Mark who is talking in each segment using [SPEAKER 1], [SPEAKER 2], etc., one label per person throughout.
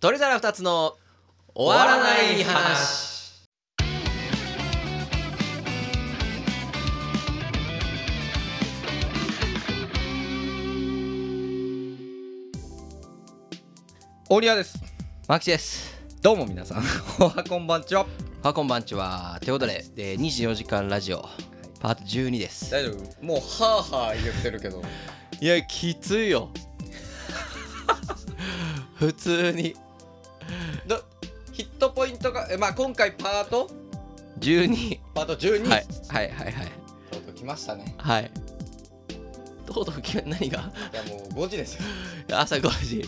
[SPEAKER 1] 鳥皿二つの終わらない話。
[SPEAKER 2] オリアです
[SPEAKER 1] マキシです。
[SPEAKER 2] どうも皆さんおはこんばんちは
[SPEAKER 1] はこんばんちは。ということで、えー、24時間ラジオ、パート12です。
[SPEAKER 2] 大丈夫もうはーはー言ってるけど
[SPEAKER 1] いや、きついよ。 普通に。
[SPEAKER 2] どヒットポイントがえまあ今回パート
[SPEAKER 1] 12。
[SPEAKER 2] パート12、
[SPEAKER 1] はい、はい、はい、はい。
[SPEAKER 2] とうとう来ましたね
[SPEAKER 1] はい。とうとう決め何が
[SPEAKER 2] いやもう5時ですよ
[SPEAKER 1] 朝5時。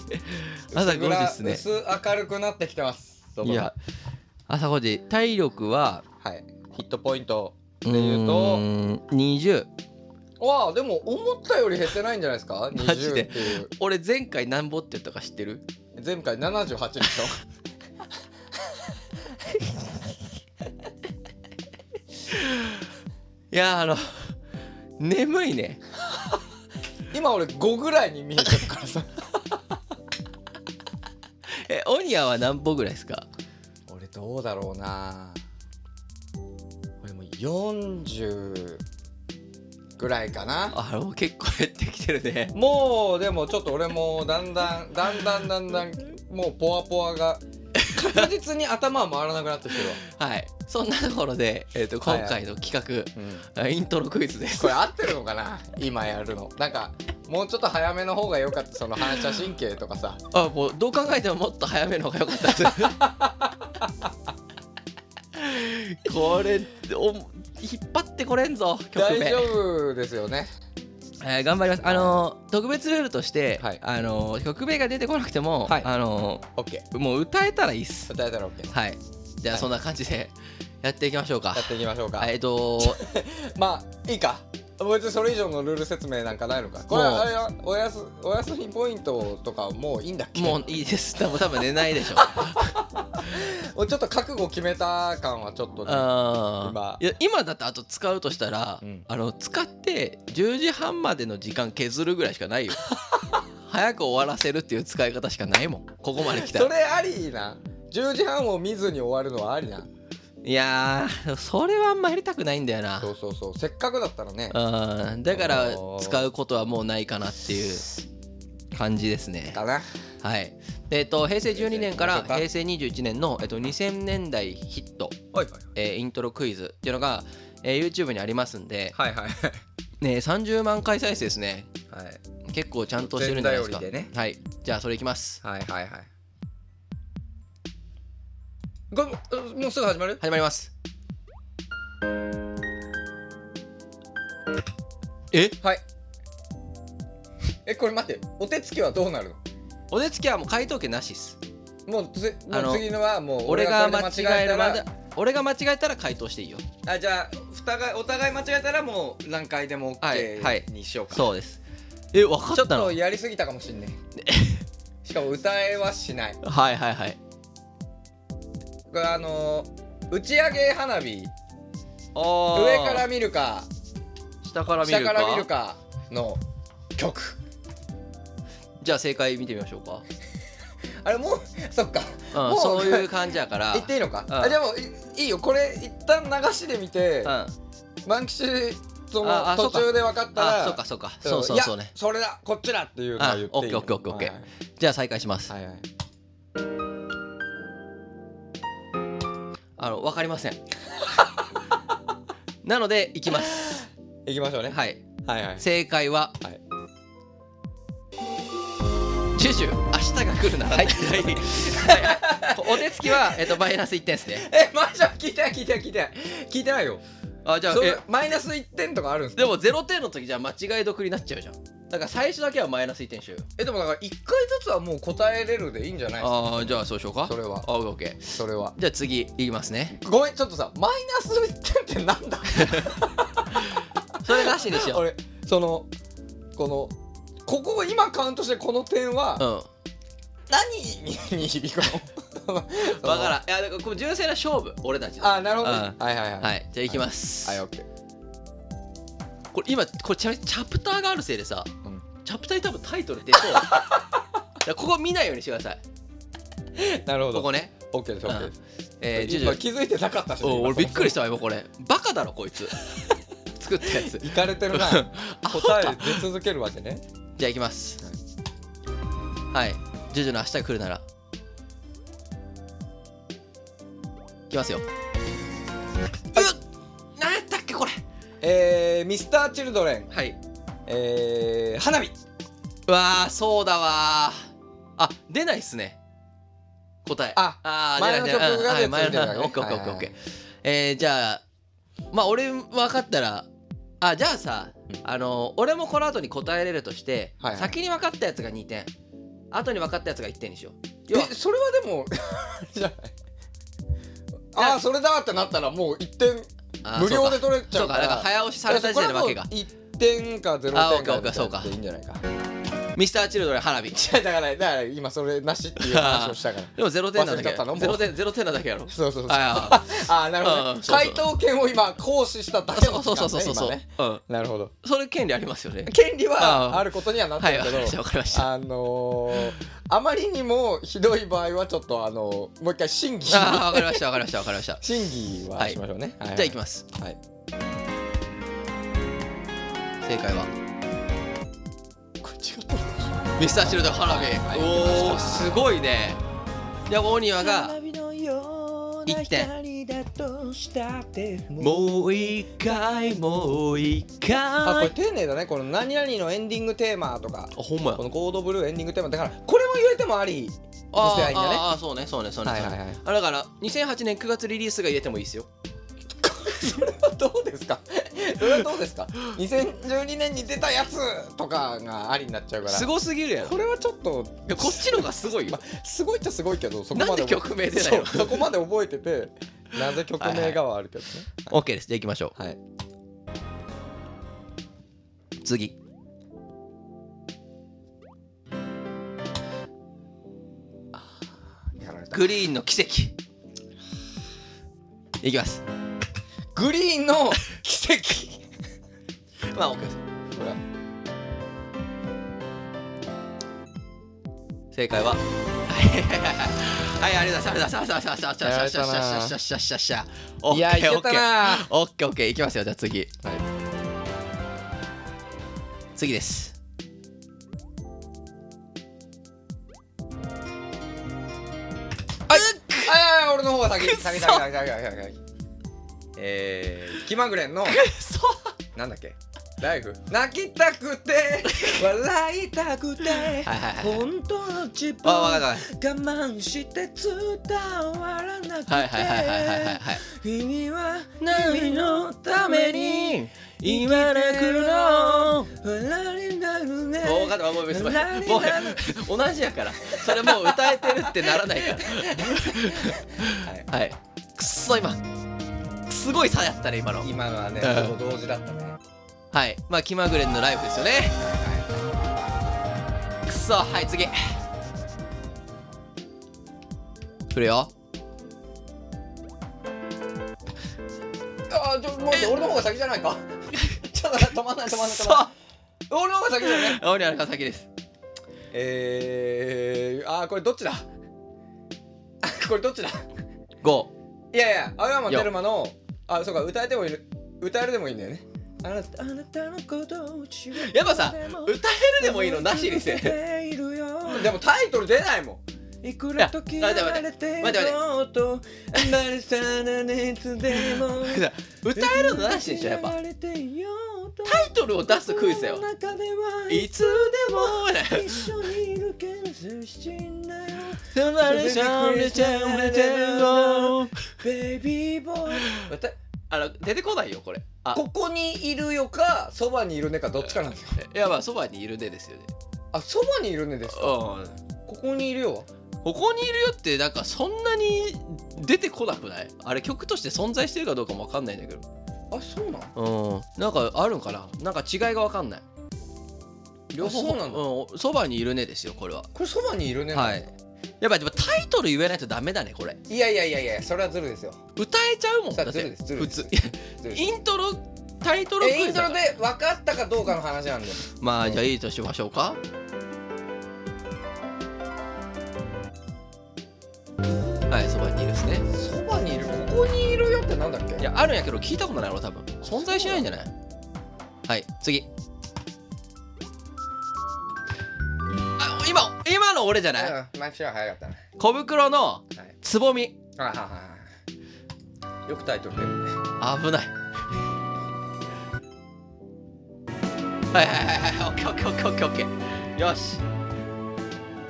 [SPEAKER 1] 朝5時ですね
[SPEAKER 2] 薄暗薄明るくなってきてます
[SPEAKER 1] いや、朝5時。体力は、
[SPEAKER 2] はいヒットポイント
[SPEAKER 1] で
[SPEAKER 2] 言うと
[SPEAKER 1] 20。
[SPEAKER 2] わあでも思ったより減ってないんじゃないですか
[SPEAKER 1] マジで
[SPEAKER 2] 20っていう
[SPEAKER 1] 俺、前回何ぼって言ったか知ってる
[SPEAKER 2] 前回78でしょ
[SPEAKER 1] いや、あの、 眠いね。
[SPEAKER 2] 今俺5ぐらいに見えてるからさ
[SPEAKER 1] え、オニアは何歩ぐらいですか
[SPEAKER 2] 俺どうだろうな俺もう40ぐらいかな
[SPEAKER 1] あれも結構減ってきてるね。
[SPEAKER 2] もうでもちょっと俺もだんだんだんだんだんだんもうポワポワが確実に頭は回らなくなってきてるわ、
[SPEAKER 1] はい。そんなところで、えー、と
[SPEAKER 2] はい
[SPEAKER 1] 今回の企画、
[SPEAKER 2] うん、
[SPEAKER 1] あイントロクイズです。
[SPEAKER 2] これ合ってるのかな今やるのなんかもうちょっと早めの方が良かったその反射神経とかさ
[SPEAKER 1] あもうどう考えてももっと早めの方が良かったで す。これお引っ張ってこれんぞ曲
[SPEAKER 2] 大
[SPEAKER 1] 名、
[SPEAKER 2] 丈夫ですよね
[SPEAKER 1] えー頑張りますあのー特別ルールとして、
[SPEAKER 2] はい
[SPEAKER 1] あのー曲名が出てこなくても、
[SPEAKER 2] はい
[SPEAKER 1] あの
[SPEAKER 2] OK
[SPEAKER 1] ーもう歌えたらいいっす
[SPEAKER 2] 答えたら OK
[SPEAKER 1] はいじゃあ
[SPEAKER 2] はい
[SPEAKER 1] そんな感じでやっていきましょうか
[SPEAKER 2] やっていきましょうか、
[SPEAKER 1] はいえっと
[SPEAKER 2] まあいいか別にそれ以上のルール説明なんかないのかこれ
[SPEAKER 1] もう
[SPEAKER 2] はあれはおやすお休みポイントとかもういいんだっけ
[SPEAKER 1] もういいです多分多分寝ない でしょ
[SPEAKER 2] もうちょっと覚悟決めた感はちょっとね
[SPEAKER 1] あ
[SPEAKER 2] 今
[SPEAKER 1] ーいや今だってあと使うとしたら、
[SPEAKER 2] うん
[SPEAKER 1] あの使って10時半までの時間削るぐらいしかない よ早く終わらせるっていう使い方しかないもんここまで来た
[SPEAKER 2] そ
[SPEAKER 1] ら
[SPEAKER 2] れありな10時半を見ずに終わるのはありない
[SPEAKER 1] やーそれはあんまやりたくないんだよな
[SPEAKER 2] そうそうそうせっかくだったらね
[SPEAKER 1] うんだか
[SPEAKER 2] あ
[SPEAKER 1] ら
[SPEAKER 2] ー
[SPEAKER 1] 使うことはもうないかなっていう感じですね
[SPEAKER 2] だな
[SPEAKER 1] はいえっ、と平成12年から
[SPEAKER 2] 行きましょ
[SPEAKER 1] 平
[SPEAKER 2] うか
[SPEAKER 1] 成21年の、えっと2000年代ヒット、
[SPEAKER 2] はい
[SPEAKER 1] えーイントロクイズっていうのが、えー YouTube にありますんで、
[SPEAKER 2] はいはい
[SPEAKER 1] ね、30万回再生ですね
[SPEAKER 2] はい
[SPEAKER 1] 結構ちゃんとしてるんじゃないですか、
[SPEAKER 2] 前頼りで
[SPEAKER 1] はいじゃあそれいきます
[SPEAKER 2] はいはいはいごめんうもうすぐ始まる
[SPEAKER 1] 始まりますえ
[SPEAKER 2] はいえこれ待ってお手つきはどうなる
[SPEAKER 1] お手つきはもう回答権なしっす
[SPEAKER 2] のもうつ
[SPEAKER 1] あ
[SPEAKER 2] も
[SPEAKER 1] の
[SPEAKER 2] う次のはもう
[SPEAKER 1] 俺が
[SPEAKER 2] これ
[SPEAKER 1] 間
[SPEAKER 2] で
[SPEAKER 1] 違えるま
[SPEAKER 2] た
[SPEAKER 1] で俺が間違えたら回答していいよ
[SPEAKER 2] らあじゃあふたがお互い間違えたらもう何回でも
[SPEAKER 1] はいはい
[SPEAKER 2] OK にしようか、
[SPEAKER 1] そうですえ分か
[SPEAKER 2] ちょ
[SPEAKER 1] っ
[SPEAKER 2] った
[SPEAKER 1] の
[SPEAKER 2] と
[SPEAKER 1] はい
[SPEAKER 2] やりすぎたかもしんね しかも歌えはしない
[SPEAKER 1] はいはい
[SPEAKER 2] これあのー打ち上げ花火
[SPEAKER 1] あー
[SPEAKER 2] 上から見るか
[SPEAKER 1] 下から見る
[SPEAKER 2] 下
[SPEAKER 1] か
[SPEAKER 2] から見るかの曲
[SPEAKER 1] じゃあ正解見てみましょうか
[SPEAKER 2] あれもうそっか
[SPEAKER 1] うん
[SPEAKER 2] もう
[SPEAKER 1] そう いう感じやから
[SPEAKER 2] 言っていいのか
[SPEAKER 1] あ
[SPEAKER 2] あじゃあもういいいよこれ一旦流しで見て
[SPEAKER 1] うん、あ
[SPEAKER 2] 満吉そ
[SPEAKER 1] あ
[SPEAKER 2] の
[SPEAKER 1] あそう
[SPEAKER 2] 途
[SPEAKER 1] か
[SPEAKER 2] 中で分かったら
[SPEAKER 1] そうかそうかそうそうそう
[SPEAKER 2] いや
[SPEAKER 1] ね
[SPEAKER 2] それだこっちだっていうのは言っていい
[SPEAKER 1] あオッケーオッケーオッケー
[SPEAKER 2] はい
[SPEAKER 1] じゃあ再開します、
[SPEAKER 2] はいはい
[SPEAKER 1] あの分かりません なのでいきます
[SPEAKER 2] 行きましょうね
[SPEAKER 1] はい
[SPEAKER 2] はいはい
[SPEAKER 1] 正解は、
[SPEAKER 2] はい
[SPEAKER 1] シュシュ明日が来る なら、はいお手つきは、えっと、マイナス1点ですね
[SPEAKER 2] えマジで聞いてない聞いてない聞いてない聞いてないよ
[SPEAKER 1] あじゃあ
[SPEAKER 2] それ
[SPEAKER 1] え
[SPEAKER 2] マイナス1点とかあるんですか
[SPEAKER 1] でも0点の時じゃあ間違い得になっちゃうじゃんだから最初だけはマイナス1点しようよ
[SPEAKER 2] えでもだから1回ずつはもう答えれるでいいんじゃないですか
[SPEAKER 1] ああじゃあそうしようか
[SPEAKER 2] それは
[SPEAKER 1] あオッケーオッケー
[SPEAKER 2] それは
[SPEAKER 1] じゃあ次いきますね
[SPEAKER 2] ごめんちょっとさマイナス1点ってなんだ
[SPEAKER 1] それなしにし よう
[SPEAKER 2] 俺そのこのここを今カウントしてこの点は
[SPEAKER 1] うん
[SPEAKER 2] 何に響くの 分
[SPEAKER 1] わからんいやだからこれ純正な勝負俺たちの
[SPEAKER 2] あなるほどね
[SPEAKER 1] うん
[SPEAKER 2] はいはいはいは
[SPEAKER 1] はいいじゃあいきます、
[SPEAKER 2] はいオッケー
[SPEAKER 1] これ今これちなみにチャプターがあるせいでさ、
[SPEAKER 2] うん
[SPEAKER 1] チャプターに多分タイトル出そうだからここ見ないようにしてください
[SPEAKER 2] なるほ
[SPEAKER 1] こ
[SPEAKER 2] ど
[SPEAKER 1] こね、
[SPEAKER 2] オッケーですオッケーです
[SPEAKER 1] えー、ジュジ
[SPEAKER 2] 今
[SPEAKER 1] ュ
[SPEAKER 2] 気づいてなかったし
[SPEAKER 1] お俺びっくりしたたわ今これバカだろこい つ作ったやつ
[SPEAKER 2] いかれてるな
[SPEAKER 1] アホ
[SPEAKER 2] 答
[SPEAKER 1] か
[SPEAKER 2] え出続けるわけね
[SPEAKER 1] じゃあ行きますはいジュジュの明日来るならいきますよ、うっなんやったっけこれ
[SPEAKER 2] えー、ミスターチルドレン、
[SPEAKER 1] はい
[SPEAKER 2] えー、花火
[SPEAKER 1] うわーそうだわーあ出ないっすね答え
[SPEAKER 2] あ
[SPEAKER 1] あー
[SPEAKER 2] 前の
[SPEAKER 1] 出ない
[SPEAKER 2] 曲が
[SPEAKER 1] 出ないうんはい前の
[SPEAKER 2] 出てるからね
[SPEAKER 1] オッケーオッケーオッケーオッケー
[SPEAKER 2] は
[SPEAKER 1] えー、じゃあまあ俺分かったらあじゃあさ
[SPEAKER 2] うん
[SPEAKER 1] あの俺もこの後に答えれるとして、
[SPEAKER 2] はいはい
[SPEAKER 1] 先に分かったやつが2点後に分かったやつが1点にしよう要は
[SPEAKER 2] えそれはでも じゃああーそれだってなったらもう1点
[SPEAKER 1] あー
[SPEAKER 2] 無料
[SPEAKER 1] そ
[SPEAKER 2] で
[SPEAKER 1] うか
[SPEAKER 2] 取れちゃ
[SPEAKER 1] そうう
[SPEAKER 2] か
[SPEAKER 1] からだから早押しされた時点で負けが
[SPEAKER 2] 1点か0点
[SPEAKER 1] あ
[SPEAKER 2] か
[SPEAKER 1] オッケーオッケーそうか
[SPEAKER 2] でいいんじゃないか
[SPEAKER 1] ミスターチルドレン花火
[SPEAKER 2] だからだから今それなしっていう話をしたから
[SPEAKER 1] でも0点なだ
[SPEAKER 2] 忘れちゃ
[SPEAKER 1] け
[SPEAKER 2] ったのもう
[SPEAKER 1] ゼロ点ゼロ点なだけやろ
[SPEAKER 2] そうそうそう
[SPEAKER 1] あ
[SPEAKER 2] ああなるほど、
[SPEAKER 1] う
[SPEAKER 2] ね
[SPEAKER 1] ん、そうそう
[SPEAKER 2] 回答権を今行使しただ
[SPEAKER 1] あ
[SPEAKER 2] け
[SPEAKER 1] そ
[SPEAKER 2] の
[SPEAKER 1] うそうそうそうそう
[SPEAKER 2] 時
[SPEAKER 1] そう、
[SPEAKER 2] 間ね今ね
[SPEAKER 1] うん
[SPEAKER 2] なるほど
[SPEAKER 1] それ権利あります よね
[SPEAKER 2] 権利
[SPEAKER 1] あ
[SPEAKER 2] は
[SPEAKER 1] ー
[SPEAKER 2] あることにはなって
[SPEAKER 1] はい
[SPEAKER 2] る
[SPEAKER 1] わ
[SPEAKER 2] け
[SPEAKER 1] か
[SPEAKER 2] ど、
[SPEAKER 1] りましたわかりました
[SPEAKER 2] あのー、あまりにもひどい場合はちょっとあのー、もう一回審議
[SPEAKER 1] ああわかりましたわかりましたわかりました
[SPEAKER 2] 審議は
[SPEAKER 1] はい
[SPEAKER 2] しましょうね、はい
[SPEAKER 1] じゃあいきます
[SPEAKER 2] す、はい、
[SPEAKER 1] 正解は
[SPEAKER 2] これ違った
[SPEAKER 1] ミスターチルドレン花
[SPEAKER 2] は
[SPEAKER 1] 火
[SPEAKER 2] い
[SPEAKER 1] おおすごいねじゃあオニワが
[SPEAKER 3] 1点
[SPEAKER 1] もう一回もう一回
[SPEAKER 2] あこれ
[SPEAKER 1] あ
[SPEAKER 2] 丁寧だねこの何々のエンディングテーマとか
[SPEAKER 1] ほんまや
[SPEAKER 2] このコードブルーエンディングテーマだからこれも言えてもあり
[SPEAKER 1] あ
[SPEAKER 2] 見せりゃいいんだね
[SPEAKER 1] ああそうねそうねそうね、
[SPEAKER 2] はいはい
[SPEAKER 1] そうね
[SPEAKER 2] はい
[SPEAKER 1] あだから2008年9月リリースが入れてもいいですよ
[SPEAKER 2] それはどうですか それはどうですか2012年に出たやつとかがありになっちゃうから
[SPEAKER 1] すごすぎるやろ
[SPEAKER 2] これはちょっと
[SPEAKER 1] いやこっちのがすごい よ
[SPEAKER 2] ますごいっちゃすごいけどそこ
[SPEAKER 1] なん
[SPEAKER 2] まで
[SPEAKER 1] で曲名出ないの
[SPEAKER 2] そうそこまで覚えててなぜ曲名がはあるけどね
[SPEAKER 1] OK ですじゃあ行きましょ
[SPEAKER 2] はい、
[SPEAKER 1] う次
[SPEAKER 2] やられた
[SPEAKER 1] グリーンの奇跡 いきます
[SPEAKER 2] グリーンの奇跡
[SPEAKER 1] まあ OK です
[SPEAKER 2] ほら
[SPEAKER 1] 正解ははいありがとうございますありがとうございますありがとうございますありがとうございますありがとうございますありがとうございますありがとうございます
[SPEAKER 2] いやいけたな
[SPEAKER 1] オッケーオッケーいきますよじゃあ次次です
[SPEAKER 2] はい、はいはい、俺の方が先
[SPEAKER 1] くっそ
[SPEAKER 2] 先先先先先先先えー、気まぐれんの
[SPEAKER 1] そ
[SPEAKER 2] なんだっけライフ泣きたくて笑いたくて
[SPEAKER 1] はいはいはい
[SPEAKER 3] 本当の自分
[SPEAKER 1] あわか
[SPEAKER 3] 我
[SPEAKER 1] ったわかっ
[SPEAKER 3] 慢して伝わらなく
[SPEAKER 1] たはいはいはいはいはいはい
[SPEAKER 3] て
[SPEAKER 1] はい
[SPEAKER 3] 君は何のために
[SPEAKER 1] 言わなくの
[SPEAKER 3] 笑いになるね
[SPEAKER 1] もう分かったもう別にもう同じやからそれもう歌えてるってならないからはいくっそ今すごい差やったね今の
[SPEAKER 2] 今のはね、
[SPEAKER 1] うん
[SPEAKER 2] ほぼ同時だったね
[SPEAKER 1] はいまあ気まぐれのライフですよねくっそはい次来るよ
[SPEAKER 2] あーちょもう俺の方が先じゃない かちょっと止まんない止まんない止まんない俺の方が先だよね
[SPEAKER 1] 青にある川崎です
[SPEAKER 2] えー、あーこれどっちだ これどっちだ
[SPEAKER 1] 5
[SPEAKER 2] いやいや青山テルマのあそうか歌えてもいる歌えるでもいいんだよねあなた
[SPEAKER 3] あなたのことを知る
[SPEAKER 1] やっぱさ歌えるでもいいのなしにせ
[SPEAKER 3] いるよ
[SPEAKER 2] でもタイトル出ないもん
[SPEAKER 3] いくらと嫌われていようとバレさらねいつでも
[SPEAKER 1] 歌えるのなしでしょやっぱタ
[SPEAKER 3] タイ
[SPEAKER 1] イトルを出すクイズだよ
[SPEAKER 3] 中ではい
[SPEAKER 1] つでもね
[SPEAKER 3] 一緒にいるけどしんなよ
[SPEAKER 1] 生まれちゃうれちゃうれちゃう
[SPEAKER 3] ベイビーボーイ
[SPEAKER 2] 歌
[SPEAKER 1] あの出てこないよこれあ
[SPEAKER 2] ここにいるよかそばにいるねかどっちかなんですよ
[SPEAKER 1] いやまあそばにいるねですよね
[SPEAKER 2] あそばにいるねですか
[SPEAKER 1] う
[SPEAKER 2] ここにいるよ
[SPEAKER 1] んここにいるよってなんかそんなに出てこなくないあれ曲として存在してるかどうかもわかんないんだけど
[SPEAKER 2] あそうなん
[SPEAKER 1] うんなんかあるんかななんか違いがわかんない両方
[SPEAKER 2] あそうなんだ
[SPEAKER 1] うんそばにいるねですよこれは
[SPEAKER 2] これそばにいるね
[SPEAKER 1] はいやっぱでもタイトル言えないとダメだねこれ
[SPEAKER 2] いやいやいやいやそれはずるですよ
[SPEAKER 1] 歌えちゃうもん
[SPEAKER 2] さ
[SPEAKER 1] だ
[SPEAKER 2] あ
[SPEAKER 1] っ
[SPEAKER 2] ず
[SPEAKER 1] て
[SPEAKER 2] るですずる
[SPEAKER 1] 普
[SPEAKER 2] です
[SPEAKER 1] 通いや
[SPEAKER 2] ずるです
[SPEAKER 1] イントロタイトルク
[SPEAKER 2] えイ
[SPEAKER 1] イ
[SPEAKER 2] ン
[SPEAKER 1] ズ
[SPEAKER 2] ト
[SPEAKER 1] だ
[SPEAKER 2] ロ
[SPEAKER 1] か
[SPEAKER 2] で
[SPEAKER 1] ら
[SPEAKER 2] 分かったかどうかの話なんで
[SPEAKER 1] まあじゃあいいとしましょうか
[SPEAKER 2] なんだっけ
[SPEAKER 1] いやあるんやけど聞いたことない俺多分存在しないんじゃないはい次あ今今の俺じゃない
[SPEAKER 2] うんまあ、は早かったな。
[SPEAKER 1] 小袋の
[SPEAKER 2] はい
[SPEAKER 1] つぼみ
[SPEAKER 2] あははよくタイトル出るね。
[SPEAKER 1] 危ないはいはいはいはいオッケーオッケーオッケーオッケーオッケーよし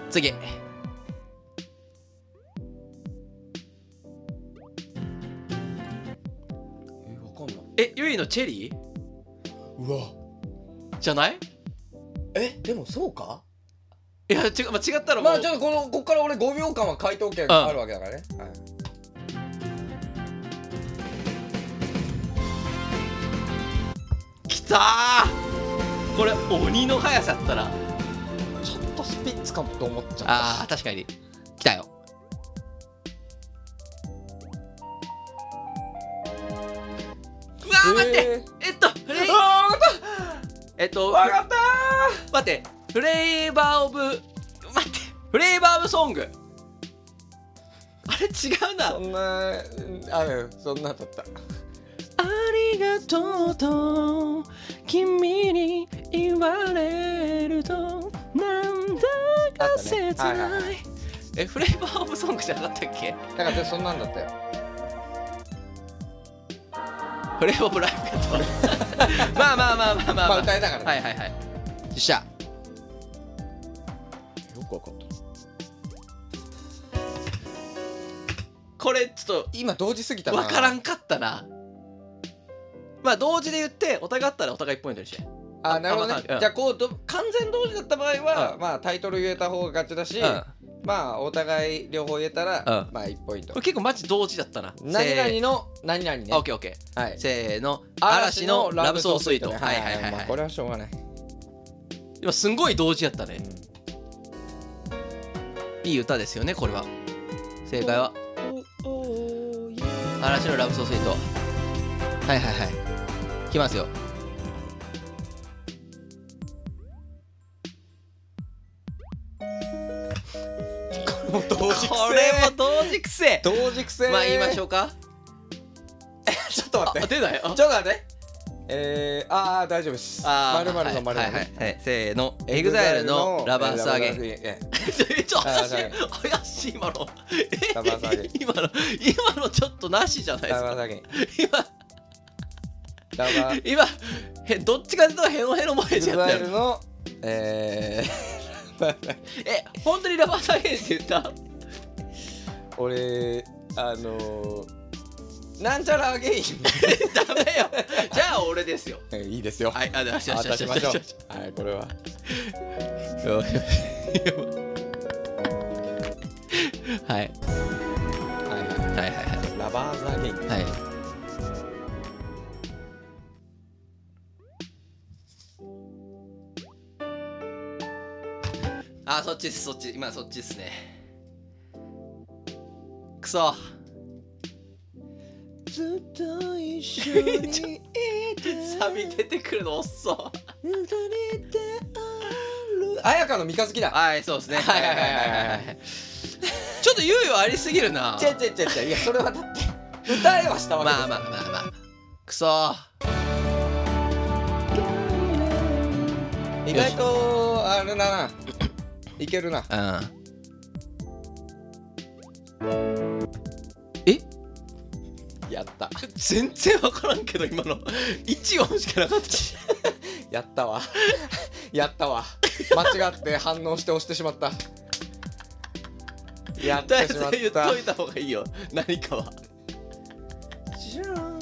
[SPEAKER 1] 次
[SPEAKER 2] え、わかんない。
[SPEAKER 1] えゆいのチェリー
[SPEAKER 2] うわ。
[SPEAKER 1] じゃない
[SPEAKER 2] え、でもそうか
[SPEAKER 1] いや違,、まあ、違ったらも
[SPEAKER 2] ま
[SPEAKER 1] う、
[SPEAKER 2] あちょっとこの、こっから俺5秒間は回答権があるわけだからね。はい
[SPEAKER 1] きたーこれ鬼の速さだったら
[SPEAKER 2] ちょっとスピッツかもと思っちゃった。
[SPEAKER 1] あー確かに来たようわー待って、
[SPEAKER 2] えー
[SPEAKER 1] えっとフレイ
[SPEAKER 2] あ
[SPEAKER 1] えっ
[SPEAKER 2] ー
[SPEAKER 1] と
[SPEAKER 2] わかった
[SPEAKER 1] 待ってフレーバーオブ待ってフレーバーオブソングあれ違うな
[SPEAKER 2] そんな、うんある、そんなだった。
[SPEAKER 1] ありがとうと君に言われるとなんだか切
[SPEAKER 2] あ
[SPEAKER 1] ない
[SPEAKER 2] ったねはいはいはい
[SPEAKER 1] えフレーバーオブソングじゃなかったっけ
[SPEAKER 2] だからそんなんだったよ。
[SPEAKER 1] フレーバーオブライブかと まあまあまあまあまあ、
[SPEAKER 2] ま
[SPEAKER 1] ま
[SPEAKER 2] あ
[SPEAKER 1] あ、
[SPEAKER 2] 歌えたからね。
[SPEAKER 1] はいはいはいよっしゃ
[SPEAKER 2] よくわかった。
[SPEAKER 1] これちょっ
[SPEAKER 2] 今同時すぎた
[SPEAKER 1] と
[SPEAKER 2] な。
[SPEAKER 1] わからん。かったなまあ同時で言ってお互いあったらお互いポイントにして
[SPEAKER 2] あ、なるほど
[SPEAKER 1] あわか
[SPEAKER 2] ね
[SPEAKER 1] んないうん。
[SPEAKER 2] じゃあこうど完全同時だった場合は、
[SPEAKER 1] うん
[SPEAKER 2] まあタイトル言えた方が勝ちだし、
[SPEAKER 1] うん
[SPEAKER 2] まあお互い両方言えたら、
[SPEAKER 1] うん
[SPEAKER 2] まあ1ポイント
[SPEAKER 1] これ。結構マジ同時だったな
[SPEAKER 2] 何
[SPEAKER 1] せー
[SPEAKER 2] 々の何々ね
[SPEAKER 1] あ。オッケーオッケ
[SPEAKER 2] は
[SPEAKER 1] ー
[SPEAKER 2] い。
[SPEAKER 1] せーの嵐のラブソースイート
[SPEAKER 2] ね
[SPEAKER 1] はいはいはい
[SPEAKER 2] ま
[SPEAKER 1] は
[SPEAKER 2] あ
[SPEAKER 1] い
[SPEAKER 2] これはしょうがない。
[SPEAKER 1] 今すんごい同時やったねいい歌ですよねこれは正解は嵐のラブソースイートはいはいはいきますよ
[SPEAKER 2] もう同時くせ
[SPEAKER 1] これも同時くせ
[SPEAKER 2] 同時くせ
[SPEAKER 1] まあ言いまし
[SPEAKER 2] ょう。
[SPEAKER 1] ょうか
[SPEAKER 2] ちょっと待
[SPEAKER 1] あ
[SPEAKER 2] って。
[SPEAKER 1] 出ないあ
[SPEAKER 2] ちょっと待って。えー、ああ大丈夫です。
[SPEAKER 1] あ
[SPEAKER 2] まるまるのまるま
[SPEAKER 1] はいは
[SPEAKER 2] る
[SPEAKER 1] い。はいはいせーのエグザイルのラバースアゲイン
[SPEAKER 2] ン。
[SPEAKER 1] えちょっと怪しい
[SPEAKER 2] ラバ
[SPEAKER 1] 怪しい今のえ
[SPEAKER 2] ラバースアゲイン
[SPEAKER 1] 今の今のちょっとなしじゃないで
[SPEAKER 2] ラ
[SPEAKER 1] す
[SPEAKER 2] バ
[SPEAKER 1] か
[SPEAKER 2] ースアゲイン。
[SPEAKER 1] 今
[SPEAKER 2] ラバー
[SPEAKER 1] 今へどっちかというとヘロヘロ萌え
[SPEAKER 2] エグ
[SPEAKER 1] ちゃった
[SPEAKER 2] ザイ
[SPEAKER 1] よ
[SPEAKER 2] ルのえー、
[SPEAKER 1] え本当にラバーサイエンって言った
[SPEAKER 2] 俺あのー、なんちゃらアゲイ
[SPEAKER 1] ダメよじゃあ俺ですよ
[SPEAKER 2] ンいいですよ。
[SPEAKER 1] はいあでよしよ
[SPEAKER 2] あ
[SPEAKER 1] しよし
[SPEAKER 2] 出し
[SPEAKER 1] よ
[SPEAKER 2] ま
[SPEAKER 1] し
[SPEAKER 2] しょ
[SPEAKER 1] よ
[SPEAKER 2] う
[SPEAKER 1] し。
[SPEAKER 2] はいこれは。
[SPEAKER 1] よしよしはい
[SPEAKER 2] はいは
[SPEAKER 1] は
[SPEAKER 2] い
[SPEAKER 1] いはいは
[SPEAKER 2] ラバーズアゲイン。
[SPEAKER 1] いはいあそっちですそっち今そっちですねくそ
[SPEAKER 3] ずっと一緒にいて
[SPEAKER 1] サビ出てくるの遅
[SPEAKER 3] 二人で歩い
[SPEAKER 2] 彩香の三日月だ。
[SPEAKER 1] はいそうですねはいはいはいはいはいちょっと猶予ありすぎるな
[SPEAKER 2] 違う違う違う違ういやそれはだって歌えはしたわけです
[SPEAKER 1] まあまあまあまあくそー
[SPEAKER 2] 意外とあれだないけるな
[SPEAKER 1] うんえ
[SPEAKER 2] やった
[SPEAKER 1] 全然分からんけど今の1音しかなか った
[SPEAKER 2] やったわ やったわ間違って反応して押してしまったやってしまっ
[SPEAKER 1] 絶対言ったといた方がいいよ何かは
[SPEAKER 3] じゃん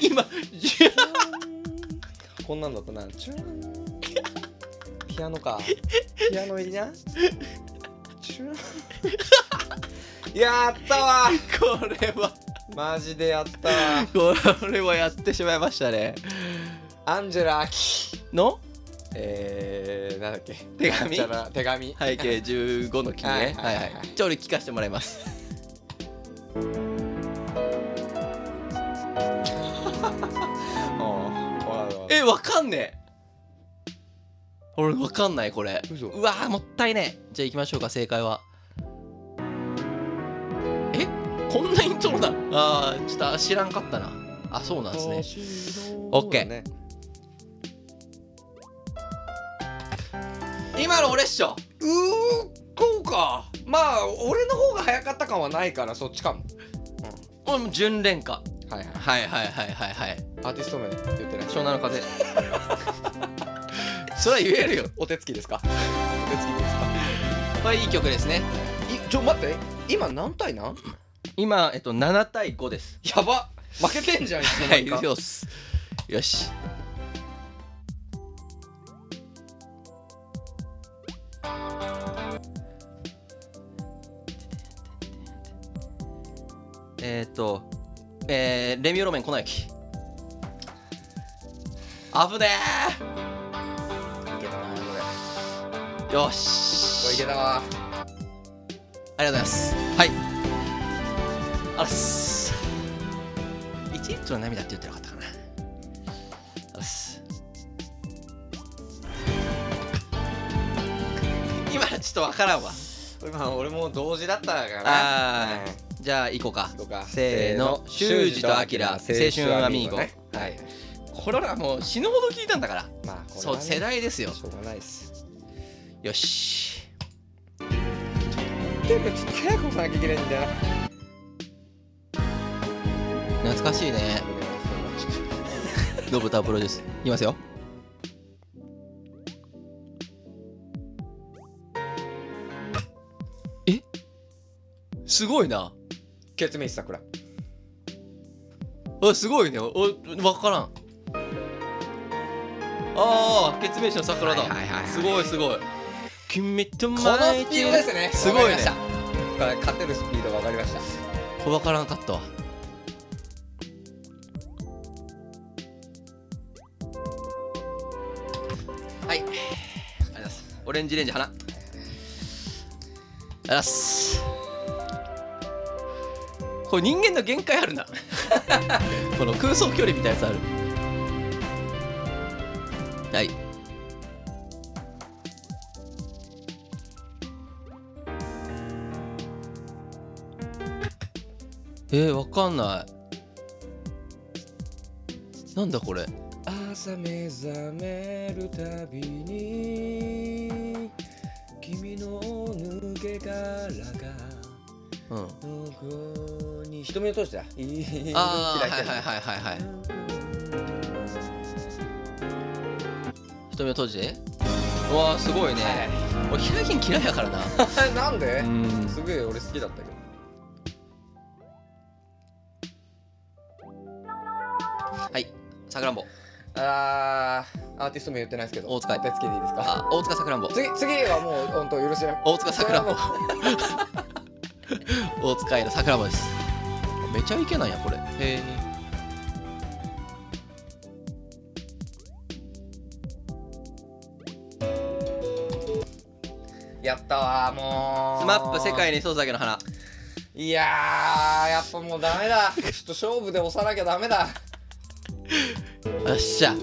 [SPEAKER 1] 今じゅ
[SPEAKER 2] こんなんだったなチューンピアノかピアノいいなチューンやったわ
[SPEAKER 1] これは
[SPEAKER 2] マジでやったわ
[SPEAKER 1] これはやってしまいましたね
[SPEAKER 2] アンジェラ・アキ
[SPEAKER 1] の
[SPEAKER 2] えー、なんだっけ
[SPEAKER 1] 手紙
[SPEAKER 2] なんちゃら手紙
[SPEAKER 1] 背景15の記念ねは
[SPEAKER 2] はいい
[SPEAKER 1] は
[SPEAKER 2] はいはい
[SPEAKER 1] いちょ俺聞かせてもらいます
[SPEAKER 2] え
[SPEAKER 1] えわかんねえ俺わかんないこれ
[SPEAKER 2] 嘘
[SPEAKER 1] うわーもったいねえじゃあ行きましょうか正解はこんなイントロだあーちょっと知らんかったなあそうなんですねオッケー
[SPEAKER 2] ね
[SPEAKER 1] 今の俺っしょ
[SPEAKER 2] うーこうかまあ俺の方が早かった感はないからそっちかも
[SPEAKER 1] 俺もう純恋歌
[SPEAKER 2] はいはい
[SPEAKER 1] はいはいはいはいはい
[SPEAKER 2] アーティスト名言ってない
[SPEAKER 1] 湘南の 風それは言えるよ
[SPEAKER 2] お手つきですかお手つきですか
[SPEAKER 1] これいい曲ですね
[SPEAKER 2] いちょ待って今何対何
[SPEAKER 1] 今、えっと、7対5です
[SPEAKER 2] やば負けてんじゃんいつの
[SPEAKER 1] は
[SPEAKER 2] 間
[SPEAKER 1] い
[SPEAKER 2] にか
[SPEAKER 1] よしよしえーっとえー、レミオロメン粉雪危ね
[SPEAKER 2] いけたなこれ
[SPEAKER 1] えよ
[SPEAKER 2] これい
[SPEAKER 1] し
[SPEAKER 2] けたわ
[SPEAKER 1] ありがとうございますはいあらっす1リットルの涙って言ってなかったかなあらっす今のちょっとわからんわ
[SPEAKER 2] 今俺も同時だったから
[SPEAKER 1] あー
[SPEAKER 2] はい
[SPEAKER 1] じゃあ行こうか
[SPEAKER 2] 行こうか
[SPEAKER 1] せーの修二とアキラ青春アミーゴ
[SPEAKER 2] ね
[SPEAKER 1] は
[SPEAKER 2] はいい
[SPEAKER 1] これらもう死ぬほど聞いたんだから
[SPEAKER 2] まあこれはね
[SPEAKER 1] そう世代ですよ
[SPEAKER 2] しょうがないです
[SPEAKER 1] よし
[SPEAKER 2] ていうかちょっと早く押さなきゃいけないんだよな
[SPEAKER 1] 懐かしいねロブタープロデュースいきますよえすごいな
[SPEAKER 2] ケツメイシ桜
[SPEAKER 1] あすごいねお分からんああケツメイシの桜だ、
[SPEAKER 2] はいはいはいはい
[SPEAKER 1] すごいすごい君とこ
[SPEAKER 2] このスピードですね
[SPEAKER 1] すごいね
[SPEAKER 2] わかりましたこれ勝てるスピード分かりました
[SPEAKER 1] 分からんかったわはいありがとうございますオレンジレンジ花ありがとうございますこれ人間の限界ある なこの空想距離みたいなやつあるはいえー、わかんないなんだこれ
[SPEAKER 2] 朝目覚めるたびに君の抜け殻が
[SPEAKER 1] うん
[SPEAKER 2] どこに瞳を通してだ
[SPEAKER 1] ああは
[SPEAKER 2] あ
[SPEAKER 1] いはいはいはいはい 瞳を閉じてうわーすごいね、俺ヒカキン嫌いやからな
[SPEAKER 2] いなんで
[SPEAKER 1] ん
[SPEAKER 2] すげえ俺好きだったけど
[SPEAKER 1] はいさくらんぼ
[SPEAKER 2] あーアーティスト名言ってないですけど
[SPEAKER 1] 大塚
[SPEAKER 2] 手つけていいですか
[SPEAKER 1] あ大塚さくらんぼ
[SPEAKER 2] 次次はもう本当許しな
[SPEAKER 1] 大塚さくらん ぼ
[SPEAKER 2] それはもう
[SPEAKER 1] 大塚愛のさくらんぼですめちゃいけないやこれへえ
[SPEAKER 2] やったわもう
[SPEAKER 1] スマップ世界に一つだけの花
[SPEAKER 2] いやーやっぱもうダメだちょっと勝負で押さなきゃダメだ
[SPEAKER 1] よっしゃ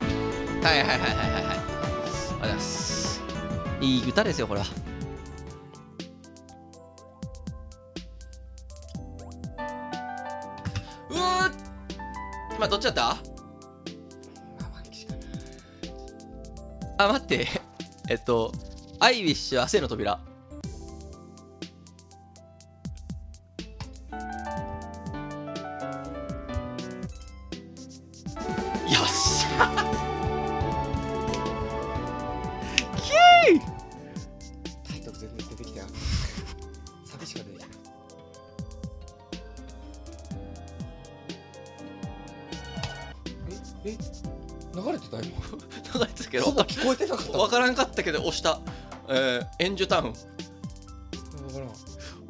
[SPEAKER 1] はいはいはいはいはいはいありがとうございますいい歌ですよこれはうー今どっちだったあ待って えっと「アイウィッシュ汗の扉」よっしゃキュー
[SPEAKER 2] タイトル全然出てきてないサビしか出てきてないええ流れてた
[SPEAKER 1] 流
[SPEAKER 2] 今
[SPEAKER 1] れてたけ ど
[SPEAKER 2] ほぼ聞こえてなかった
[SPEAKER 1] わからんかったけど押した、えー、エンジュタウン
[SPEAKER 2] わからん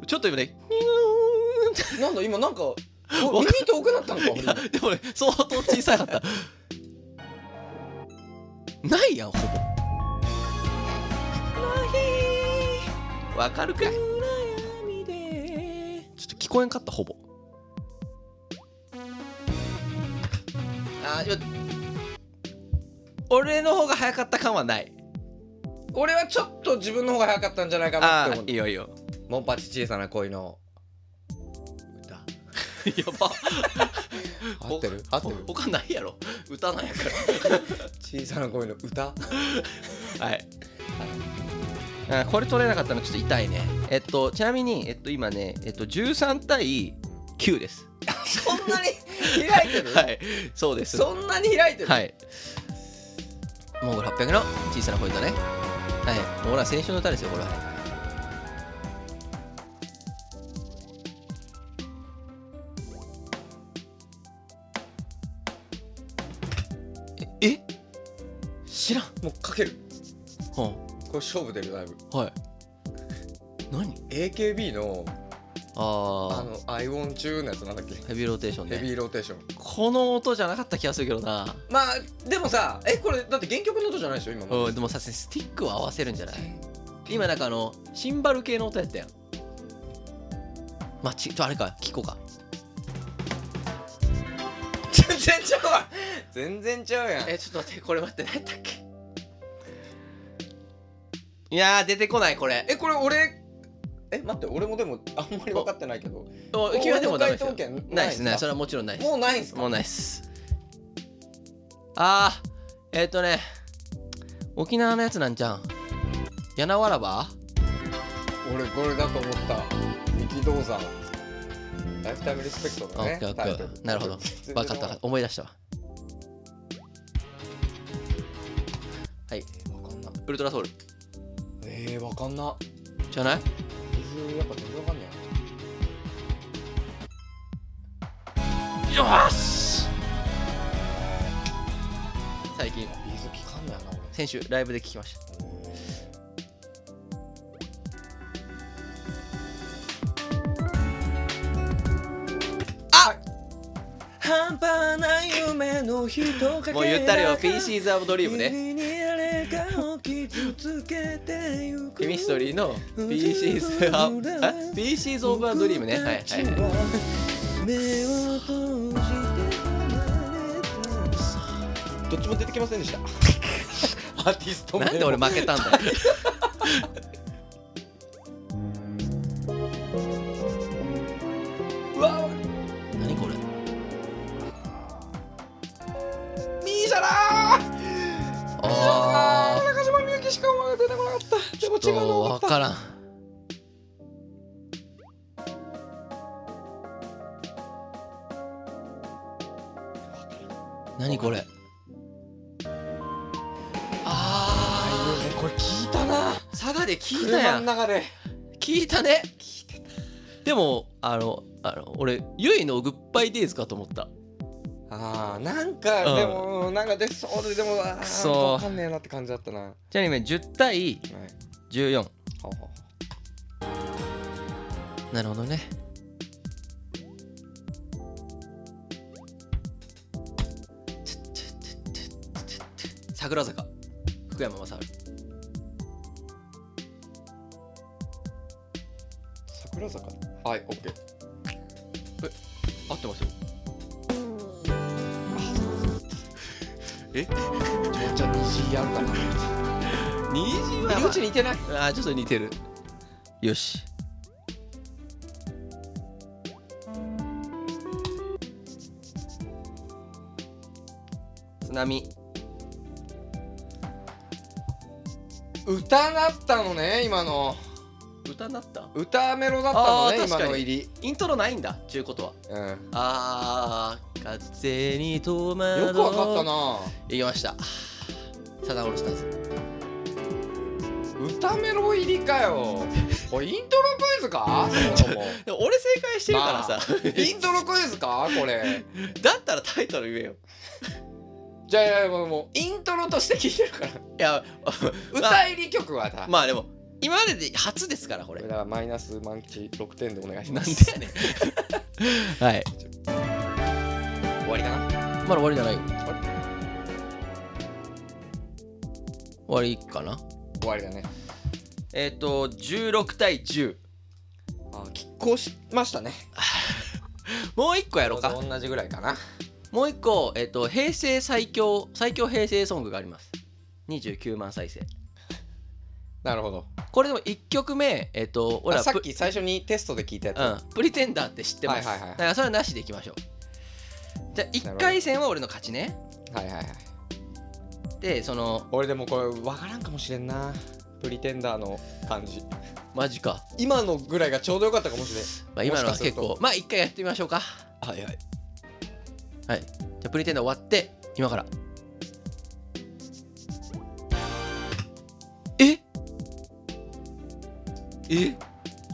[SPEAKER 1] ちょっと今ね
[SPEAKER 2] なんだ今なん か
[SPEAKER 1] わ
[SPEAKER 2] お耳
[SPEAKER 1] か
[SPEAKER 2] 遠くなったのか
[SPEAKER 1] い
[SPEAKER 2] 俺
[SPEAKER 1] や でもね相当小さかった ないやんほぼわかるかいちょっと聞こえんかったほぼあーいや俺の方が早かった感はない
[SPEAKER 2] 俺はちょっと自分の方が早かったんじゃないかなっ
[SPEAKER 1] ああ
[SPEAKER 2] て思っ
[SPEAKER 1] いいよいいよ
[SPEAKER 2] たモンパチ小さな恋の歌
[SPEAKER 1] やば
[SPEAKER 2] 合ってる合ってる
[SPEAKER 1] ほ他ないやろ歌なんやか
[SPEAKER 2] 小さな恋の
[SPEAKER 1] ら
[SPEAKER 2] 歌
[SPEAKER 1] はいあこれ取れなかったのちょっと痛いねえっとちなみにえっと今ねえっと13対9です
[SPEAKER 2] そんなに開いてる
[SPEAKER 1] はいそうです
[SPEAKER 2] そんなに開いてる
[SPEAKER 1] はいモンゴル800の小さな恋だねはいもうほら青春の歌ですよこれはええ知らん、
[SPEAKER 2] もうかける
[SPEAKER 1] は
[SPEAKER 2] これ勝負出るだいぶ
[SPEAKER 1] あ、はい何
[SPEAKER 2] AKB のあ
[SPEAKER 1] ああ
[SPEAKER 2] の「I want you」のやつなんだっけ
[SPEAKER 1] ヘビーローテーション
[SPEAKER 2] ヘ
[SPEAKER 1] ね
[SPEAKER 2] ビーローテーション
[SPEAKER 1] この音じゃなかった気がするけどな
[SPEAKER 2] まあでもさえこれだって原曲の音じゃないでしょ今の
[SPEAKER 1] うんでもさすがにスティックを合わせるんじゃない今なんかあのシンバル系の音やったやんまあ、ちちょあれか聞こうか
[SPEAKER 2] 全然ちゃうわ全然ちゃうやん
[SPEAKER 1] えちょっと待ってこれ待って何やったっけいやー出てこないこれ
[SPEAKER 2] えこれ俺え待って俺もでもあんまり分かってないけど
[SPEAKER 1] お君はでもダメですよ
[SPEAKER 2] 俺の回答権
[SPEAKER 1] ないですね
[SPEAKER 2] ないですか
[SPEAKER 1] それはもちろんないです
[SPEAKER 2] もうないんすか
[SPEAKER 1] もうないっすあーえっ、とね沖縄のやつなんじゃんやなわらば
[SPEAKER 2] 俺これだと思った力道山ライフタイムリスペクトだね
[SPEAKER 1] あオッケー
[SPEAKER 2] タイ
[SPEAKER 1] オッケー
[SPEAKER 2] トル
[SPEAKER 1] なるほど
[SPEAKER 2] 全然
[SPEAKER 1] わかったわかった思い出したわはい
[SPEAKER 2] わかんな
[SPEAKER 1] ウルトラソウル
[SPEAKER 2] えー、わかんな
[SPEAKER 1] じゃない
[SPEAKER 2] 水やっぱ全然わかんない
[SPEAKER 1] よし最近
[SPEAKER 2] 水聞かんないな俺
[SPEAKER 1] 先週ライブで聞きました
[SPEAKER 3] 半端ない夢のひとかけ
[SPEAKER 1] もう言ったらよ PC's of Dream ね
[SPEAKER 3] 君にあれがを傷つけてゆく
[SPEAKER 1] ケミストリーの PC's of PC's of a Dream ねはいはいはい
[SPEAKER 3] 目を閉じて離れて
[SPEAKER 2] どっちも出てきません でしたアーティスト名も
[SPEAKER 1] なんで俺負けたんだよ
[SPEAKER 2] うわ
[SPEAKER 1] 何これ
[SPEAKER 2] ミーシャだー
[SPEAKER 1] あ
[SPEAKER 2] 中島みゆきしか思い出てこなかったでも
[SPEAKER 1] ー
[SPEAKER 2] 違うの分か
[SPEAKER 1] わ
[SPEAKER 2] った
[SPEAKER 1] からん何これあ
[SPEAKER 2] あこれ聞いたな
[SPEAKER 1] ー佐賀で聞いた
[SPEAKER 2] 車
[SPEAKER 1] や
[SPEAKER 2] の
[SPEAKER 1] ん
[SPEAKER 2] 中で
[SPEAKER 1] 聞いたねでもあのあの俺ゆいのグッバイデイズかと思った
[SPEAKER 2] あーなんか、
[SPEAKER 1] うん
[SPEAKER 2] でもなんか出そうででもあ
[SPEAKER 1] く
[SPEAKER 2] ー
[SPEAKER 1] そ
[SPEAKER 2] わかんねえなって感じだったな、はい、
[SPEAKER 1] ちなみに10対14
[SPEAKER 2] ほうほう
[SPEAKER 1] なるほどね桜坂福山雅治
[SPEAKER 2] 桜坂はいオッケー
[SPEAKER 1] 合ってますよ
[SPEAKER 2] めっちゃ虹あるかな
[SPEAKER 1] 虹は
[SPEAKER 2] 入り口
[SPEAKER 1] 似てないあーちょっと似てるよし津波
[SPEAKER 2] 歌だったのね今の
[SPEAKER 1] 歌になった
[SPEAKER 2] 歌メロだったの
[SPEAKER 1] あー
[SPEAKER 2] ね
[SPEAKER 1] 確か
[SPEAKER 2] 今
[SPEAKER 1] に
[SPEAKER 2] の入り
[SPEAKER 1] イントロないんだちゅうことは
[SPEAKER 2] うん
[SPEAKER 1] あー風に戸惑う
[SPEAKER 2] よくわかったない
[SPEAKER 1] きましたサザンオールスターズ
[SPEAKER 2] 歌メロ入りかよ これイントロクイズかそもそも
[SPEAKER 1] でも俺正解してるからさ、
[SPEAKER 2] イントロクイズかこれ
[SPEAKER 1] だったらタイトル言えよ
[SPEAKER 2] じゃあいやもうもうイントロとして聴いてるから
[SPEAKER 1] いや まあ
[SPEAKER 2] 歌入り曲はだ、
[SPEAKER 1] まあでも今までで初ですからこ
[SPEAKER 2] こ
[SPEAKER 1] れ
[SPEAKER 2] れだからマイナス満吉6点でお願いし
[SPEAKER 1] な
[SPEAKER 2] ま
[SPEAKER 1] ん
[SPEAKER 2] す
[SPEAKER 1] でやねん はい
[SPEAKER 2] 終わりかな
[SPEAKER 1] まだ終わりじゃないよ終わりかな
[SPEAKER 2] 終わりだね
[SPEAKER 1] えっ、と16対10
[SPEAKER 2] あー拮抗しましたね
[SPEAKER 1] もう一個やろうか
[SPEAKER 2] 同じぐらいかな
[SPEAKER 1] もう一個、えっと平成最強最強平成ソングがあります29万再生
[SPEAKER 2] なるほど
[SPEAKER 1] これでも1曲目えっ、と俺
[SPEAKER 2] あ
[SPEAKER 1] ら
[SPEAKER 2] さっ
[SPEAKER 1] プ
[SPEAKER 2] き最初にテストで聞いたやつ、
[SPEAKER 1] うん、プリテンダーって知ってます、
[SPEAKER 2] はいはいは
[SPEAKER 1] だ
[SPEAKER 2] い
[SPEAKER 1] からそれはなしでいきましょうじゃあ1回戦は俺の勝ちね
[SPEAKER 2] はいはいはい
[SPEAKER 1] でその
[SPEAKER 2] 俺でもこれ分からんかもしれんなプリテンダーの感じ
[SPEAKER 1] マジか、
[SPEAKER 2] 今のぐらいがちょうどよかったかもしれん
[SPEAKER 1] まあ、今のは
[SPEAKER 2] もしかす
[SPEAKER 1] 結
[SPEAKER 2] ると
[SPEAKER 1] 構まあ1回やってみましょうか
[SPEAKER 2] はいはい
[SPEAKER 1] じゃあプリテンダー終わって今からええ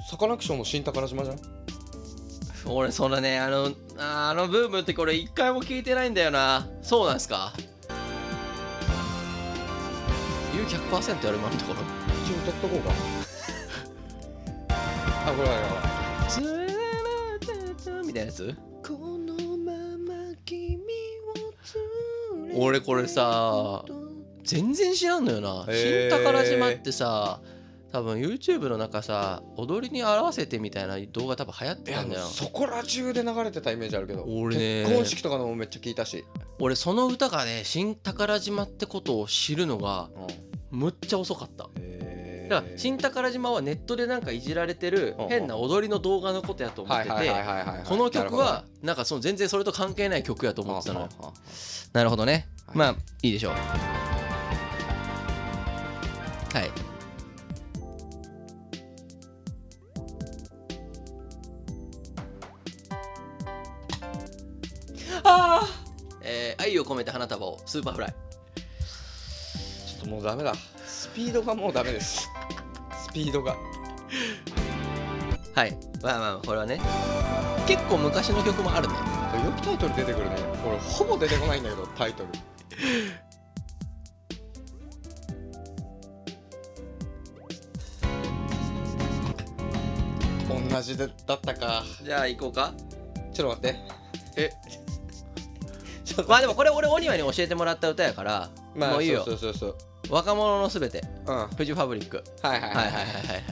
[SPEAKER 2] サカナクションの新宝島じゃん
[SPEAKER 1] 俺そのねあのああのブームってこれ一回も聞いてないんだよなそうなんすか言う100%やる今のところ
[SPEAKER 2] 一応歌っとこうか あこれは
[SPEAKER 1] つららたたみたいなやつ
[SPEAKER 3] このまま君を連れて
[SPEAKER 1] 俺これさ全然知らんのよな
[SPEAKER 2] へ
[SPEAKER 1] 新
[SPEAKER 2] ー
[SPEAKER 1] 宝島ってさ多分 YouTube の中さ踊りに合わせてみたいな動画多分流行っ
[SPEAKER 2] い
[SPEAKER 1] て
[SPEAKER 2] や
[SPEAKER 1] た
[SPEAKER 2] あ
[SPEAKER 1] んだ
[SPEAKER 2] の
[SPEAKER 1] よ
[SPEAKER 2] そこら中で流れてたイメージあるけど
[SPEAKER 1] 俺ね
[SPEAKER 2] 結婚式とかのもめっちゃ聞いたし、
[SPEAKER 1] 俺その歌がね新宝島ってことを知るのが
[SPEAKER 2] うん、
[SPEAKER 1] むっちゃ遅かった
[SPEAKER 2] へ
[SPEAKER 1] だから新宝島はネットでなんかいじられてる
[SPEAKER 2] うんうん
[SPEAKER 1] 変な踊りの動画のことやと思って
[SPEAKER 2] はいはい
[SPEAKER 1] て
[SPEAKER 2] はいはいはいはい
[SPEAKER 1] この曲
[SPEAKER 2] な
[SPEAKER 1] はなんかその全然それと関係ない曲やと
[SPEAKER 2] る
[SPEAKER 1] 思
[SPEAKER 2] ほど
[SPEAKER 1] ってたのよ
[SPEAKER 2] はあは
[SPEAKER 1] なるほどね
[SPEAKER 2] はい
[SPEAKER 1] まあいいでしょうはい
[SPEAKER 3] あ
[SPEAKER 1] えー愛を込めて花束をスーパーフライ
[SPEAKER 2] あちょっともうダメだスピードがもうダメですスピードが
[SPEAKER 1] はいまあまあこれはね結構昔の曲もあるね
[SPEAKER 2] よくタイトル出てくるね俺ほぼ出てこないんだけどタイトル同じでだったか
[SPEAKER 1] じゃあ行こうか
[SPEAKER 2] ちょっと待ってえちょっ と
[SPEAKER 1] まあでもこれ俺オニワに教えてもらった歌やから
[SPEAKER 2] ま
[SPEAKER 1] も
[SPEAKER 2] あ
[SPEAKER 1] ういいよ
[SPEAKER 2] そうそうそうそう
[SPEAKER 1] 若者のすべて
[SPEAKER 2] うんはい
[SPEAKER 1] フジファブリック
[SPEAKER 2] はいは
[SPEAKER 1] はい
[SPEAKER 2] い
[SPEAKER 1] は
[SPEAKER 2] は
[SPEAKER 1] は
[SPEAKER 2] いい
[SPEAKER 1] いはいはい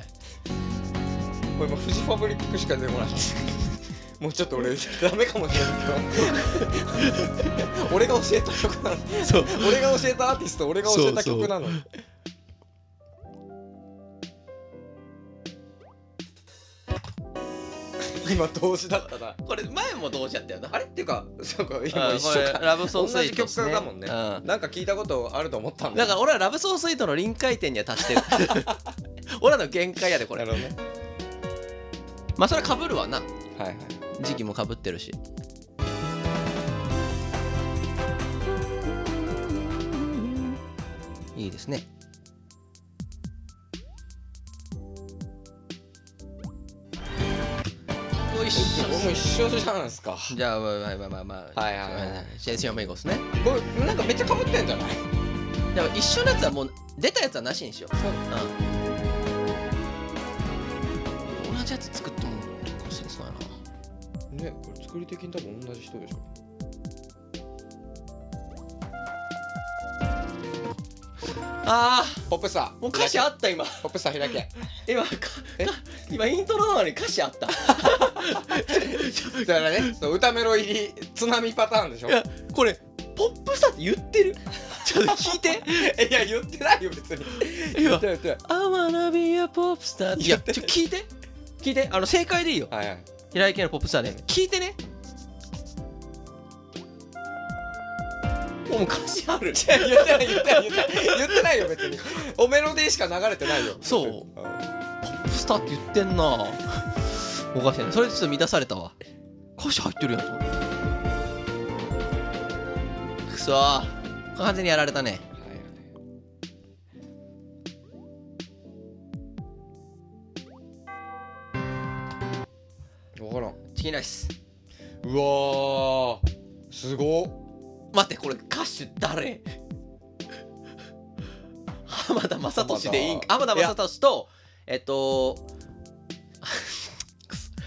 [SPEAKER 2] これもうフジファブリックしか出てこないもうちょっと俺ダメかもしれない けど俺が教えた曲なの
[SPEAKER 1] そう
[SPEAKER 2] 俺が教えたアーティスト俺が教えた
[SPEAKER 1] そうそう
[SPEAKER 2] 曲なのに 今同時だったな
[SPEAKER 1] これ前も同時やったよな
[SPEAKER 2] あれっていうかそうか今
[SPEAKER 1] うん
[SPEAKER 2] 一緒
[SPEAKER 1] こ
[SPEAKER 2] か
[SPEAKER 1] れラブソースイートっす、
[SPEAKER 2] 同じ曲だもんね
[SPEAKER 1] う
[SPEAKER 2] なんか聞いたことあると思ったん
[SPEAKER 1] んだ
[SPEAKER 2] だ
[SPEAKER 1] から俺はラブソースイートの臨界点には達して る 俺らの限界やでこれ
[SPEAKER 2] なるほどね
[SPEAKER 1] まあそれかぶるわな
[SPEAKER 2] はいはい
[SPEAKER 1] 時期もかぶってるしいいですねよいしょ
[SPEAKER 2] 俺も一緒じゃないですか
[SPEAKER 1] じゃあまあまあまあまあまあ
[SPEAKER 2] はいはいはい
[SPEAKER 1] シェイシアメイコスね
[SPEAKER 2] これなんかめっちゃ被ってんじゃない
[SPEAKER 1] でも一緒のやつはもう出たやつはなしにしよううん同じやつ作っても結構センスないな
[SPEAKER 2] ねこれ作り的に多分同じ人でしょ
[SPEAKER 1] あ
[SPEAKER 2] ポップスター
[SPEAKER 1] ーもう歌詞あった今
[SPEAKER 2] ポップスター開け
[SPEAKER 1] 今かか今イントロなのに歌詞あ った
[SPEAKER 2] だからねそう歌メロ入り津波パターンでしょ
[SPEAKER 1] いやこれポップスターって言ってるちょっと聞いて
[SPEAKER 2] いや言ってないよ別に
[SPEAKER 1] い
[SPEAKER 2] 言
[SPEAKER 1] や
[SPEAKER 2] ってない言ってない
[SPEAKER 1] I wanna be a pop star いや
[SPEAKER 2] 言って
[SPEAKER 1] ちょ聞いて聞いてあの正解でいいよ
[SPEAKER 2] はいはい
[SPEAKER 1] 平井堅のポップスターね聞いてねもう歌詞ある
[SPEAKER 2] 言ってない言ってない言ってない言ってないよ別におメロディーしか流れてないよ
[SPEAKER 1] そう
[SPEAKER 2] うんは
[SPEAKER 1] ポップスターって言ってんなおかしいねそれでちょっと満たされたわ歌詞入ってるやんと思ってくそー完全にやられたね
[SPEAKER 2] いはい分からん
[SPEAKER 1] チキンライス
[SPEAKER 2] うわーすごっ
[SPEAKER 1] 待ってこれ歌手誰 浜田雅俊でいいんか浜田
[SPEAKER 2] 浜田
[SPEAKER 1] 雅俊とえっと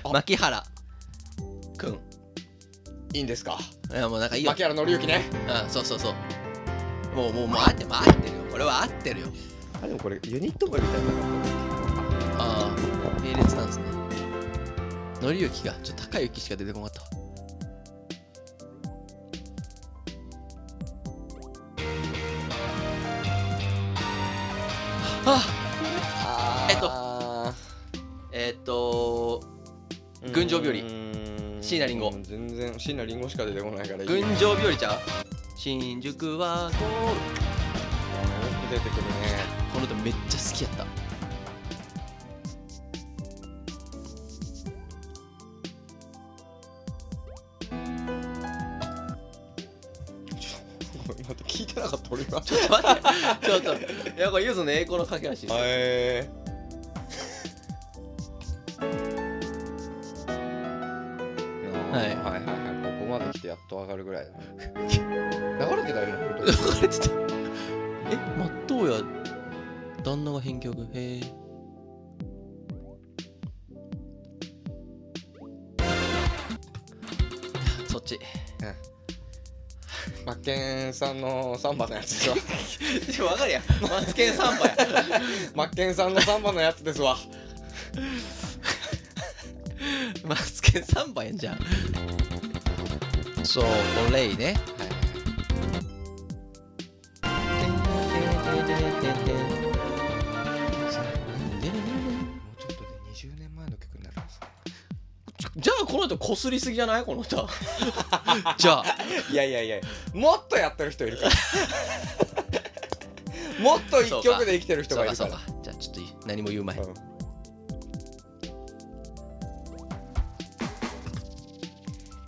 [SPEAKER 2] あ
[SPEAKER 1] 牧原くん
[SPEAKER 2] いいんですか
[SPEAKER 1] いやもうなんかいいよ
[SPEAKER 2] 牧原紀之ね
[SPEAKER 1] うんそうそうそうもうもうもう合ってもう合ってるよこれは合ってるよ
[SPEAKER 2] あでもこれユニット名みたいな
[SPEAKER 1] ああ並列なんですねのりゆきがちょっと高いゆきしか出てこなかったわあえーっと
[SPEAKER 2] 群
[SPEAKER 1] 群
[SPEAKER 2] 青
[SPEAKER 1] 青
[SPEAKER 2] 日
[SPEAKER 1] 日
[SPEAKER 2] 和
[SPEAKER 1] 和
[SPEAKER 2] 椎
[SPEAKER 1] 椎
[SPEAKER 2] 名
[SPEAKER 1] 名林
[SPEAKER 2] 林檎
[SPEAKER 1] 檎
[SPEAKER 2] 全然椎名林檎しか出てこないからいい
[SPEAKER 1] 群青日和ちゃん新宿はこ
[SPEAKER 2] よく出てくる
[SPEAKER 1] うこの歌めっちゃ好きやった
[SPEAKER 2] ねごめん待って聞いてなかった俺は
[SPEAKER 1] ちょっと待ってちょっといやこれゆずの栄光の架け橋ですよ
[SPEAKER 2] え
[SPEAKER 1] はい
[SPEAKER 2] ーはいはいはいはいここまで来てやっと上がるぐらいだ な流れてたよね本当
[SPEAKER 1] 流
[SPEAKER 2] に
[SPEAKER 1] れてたえまっとうや旦那が編曲へえそっち
[SPEAKER 2] マッケンさんのサンバのやつ ですわ
[SPEAKER 1] わかるや マツケンサンバや
[SPEAKER 2] マッケンさんのサンバのやつですわ
[SPEAKER 1] マツケンサンバやんじゃんそうオレイね
[SPEAKER 2] もうちょっとで20年前の曲になるんですね
[SPEAKER 1] じゃあこの人こすりすぎじゃないこの歌 じ ゃあ
[SPEAKER 2] いやいやいやもっとやってる人い るからもっと一曲で生きてる人
[SPEAKER 1] そ
[SPEAKER 2] が
[SPEAKER 1] う
[SPEAKER 2] い
[SPEAKER 1] か
[SPEAKER 2] るか
[SPEAKER 1] そう
[SPEAKER 2] ら
[SPEAKER 1] かじゃあちょっといい何も言うまい
[SPEAKER 2] うん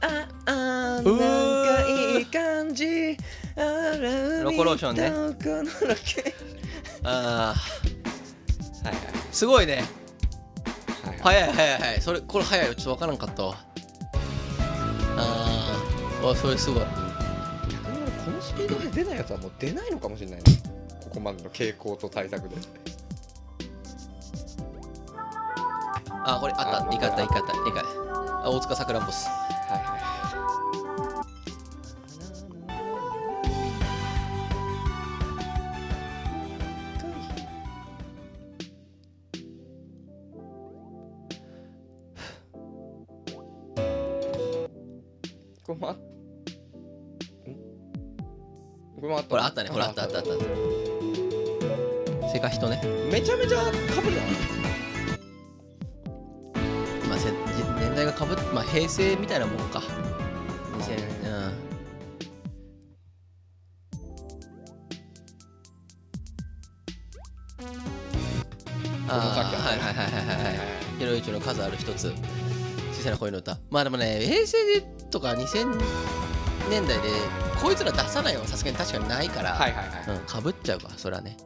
[SPEAKER 3] ああなん
[SPEAKER 1] うー
[SPEAKER 3] かいい感じあら
[SPEAKER 1] ロコローションね
[SPEAKER 3] 海とこのロケ
[SPEAKER 1] あー
[SPEAKER 2] はい
[SPEAKER 1] すごいね
[SPEAKER 2] はいは
[SPEAKER 1] 早い
[SPEAKER 2] い
[SPEAKER 1] 早い早いそれこれ早いよちょっとわからんかったわあーあそれすごい
[SPEAKER 2] 逆に俺このスピードで出ないやつはもう出ないのかもしれないねここまでの傾向と対策で
[SPEAKER 1] あこれあった
[SPEAKER 2] あ
[SPEAKER 1] 2回あった2回あった2回あ大塚さくらんぼっす
[SPEAKER 2] はいはいこれまんこれもあった
[SPEAKER 1] これあったねこれあったあったあったあったセカヒトね
[SPEAKER 2] めちゃめちゃかぶるな
[SPEAKER 1] まあせ年代がかぶってまあ平成みたいなもんか2000うんあーはいはいはいはいはいはいひろゆきの数ある一つ小さな恋の歌まあでもね平成でとか2000年代でこいつら出さないのはさすがに確かにないから、
[SPEAKER 2] はいはいはい
[SPEAKER 1] うん、かぶっちゃうかそれはね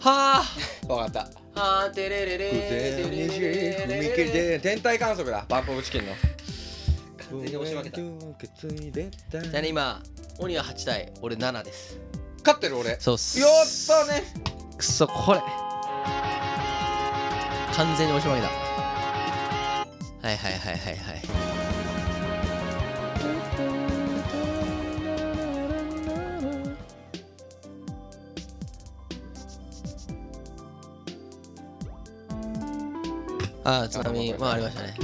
[SPEAKER 1] は
[SPEAKER 2] わかった
[SPEAKER 1] あはあてれれれ
[SPEAKER 2] 腕を
[SPEAKER 1] てれれれ
[SPEAKER 2] 握り踏み切りで天体観測だバンプオブチキンの
[SPEAKER 1] 完全に押し負けた
[SPEAKER 2] た
[SPEAKER 1] じゃあね今鬼は8対俺7です
[SPEAKER 2] 勝ってる俺やっ
[SPEAKER 1] そうっす
[SPEAKER 2] たね
[SPEAKER 1] くそこれ完全に押し負けたはいはいはいはいはいああ津波まあありましたね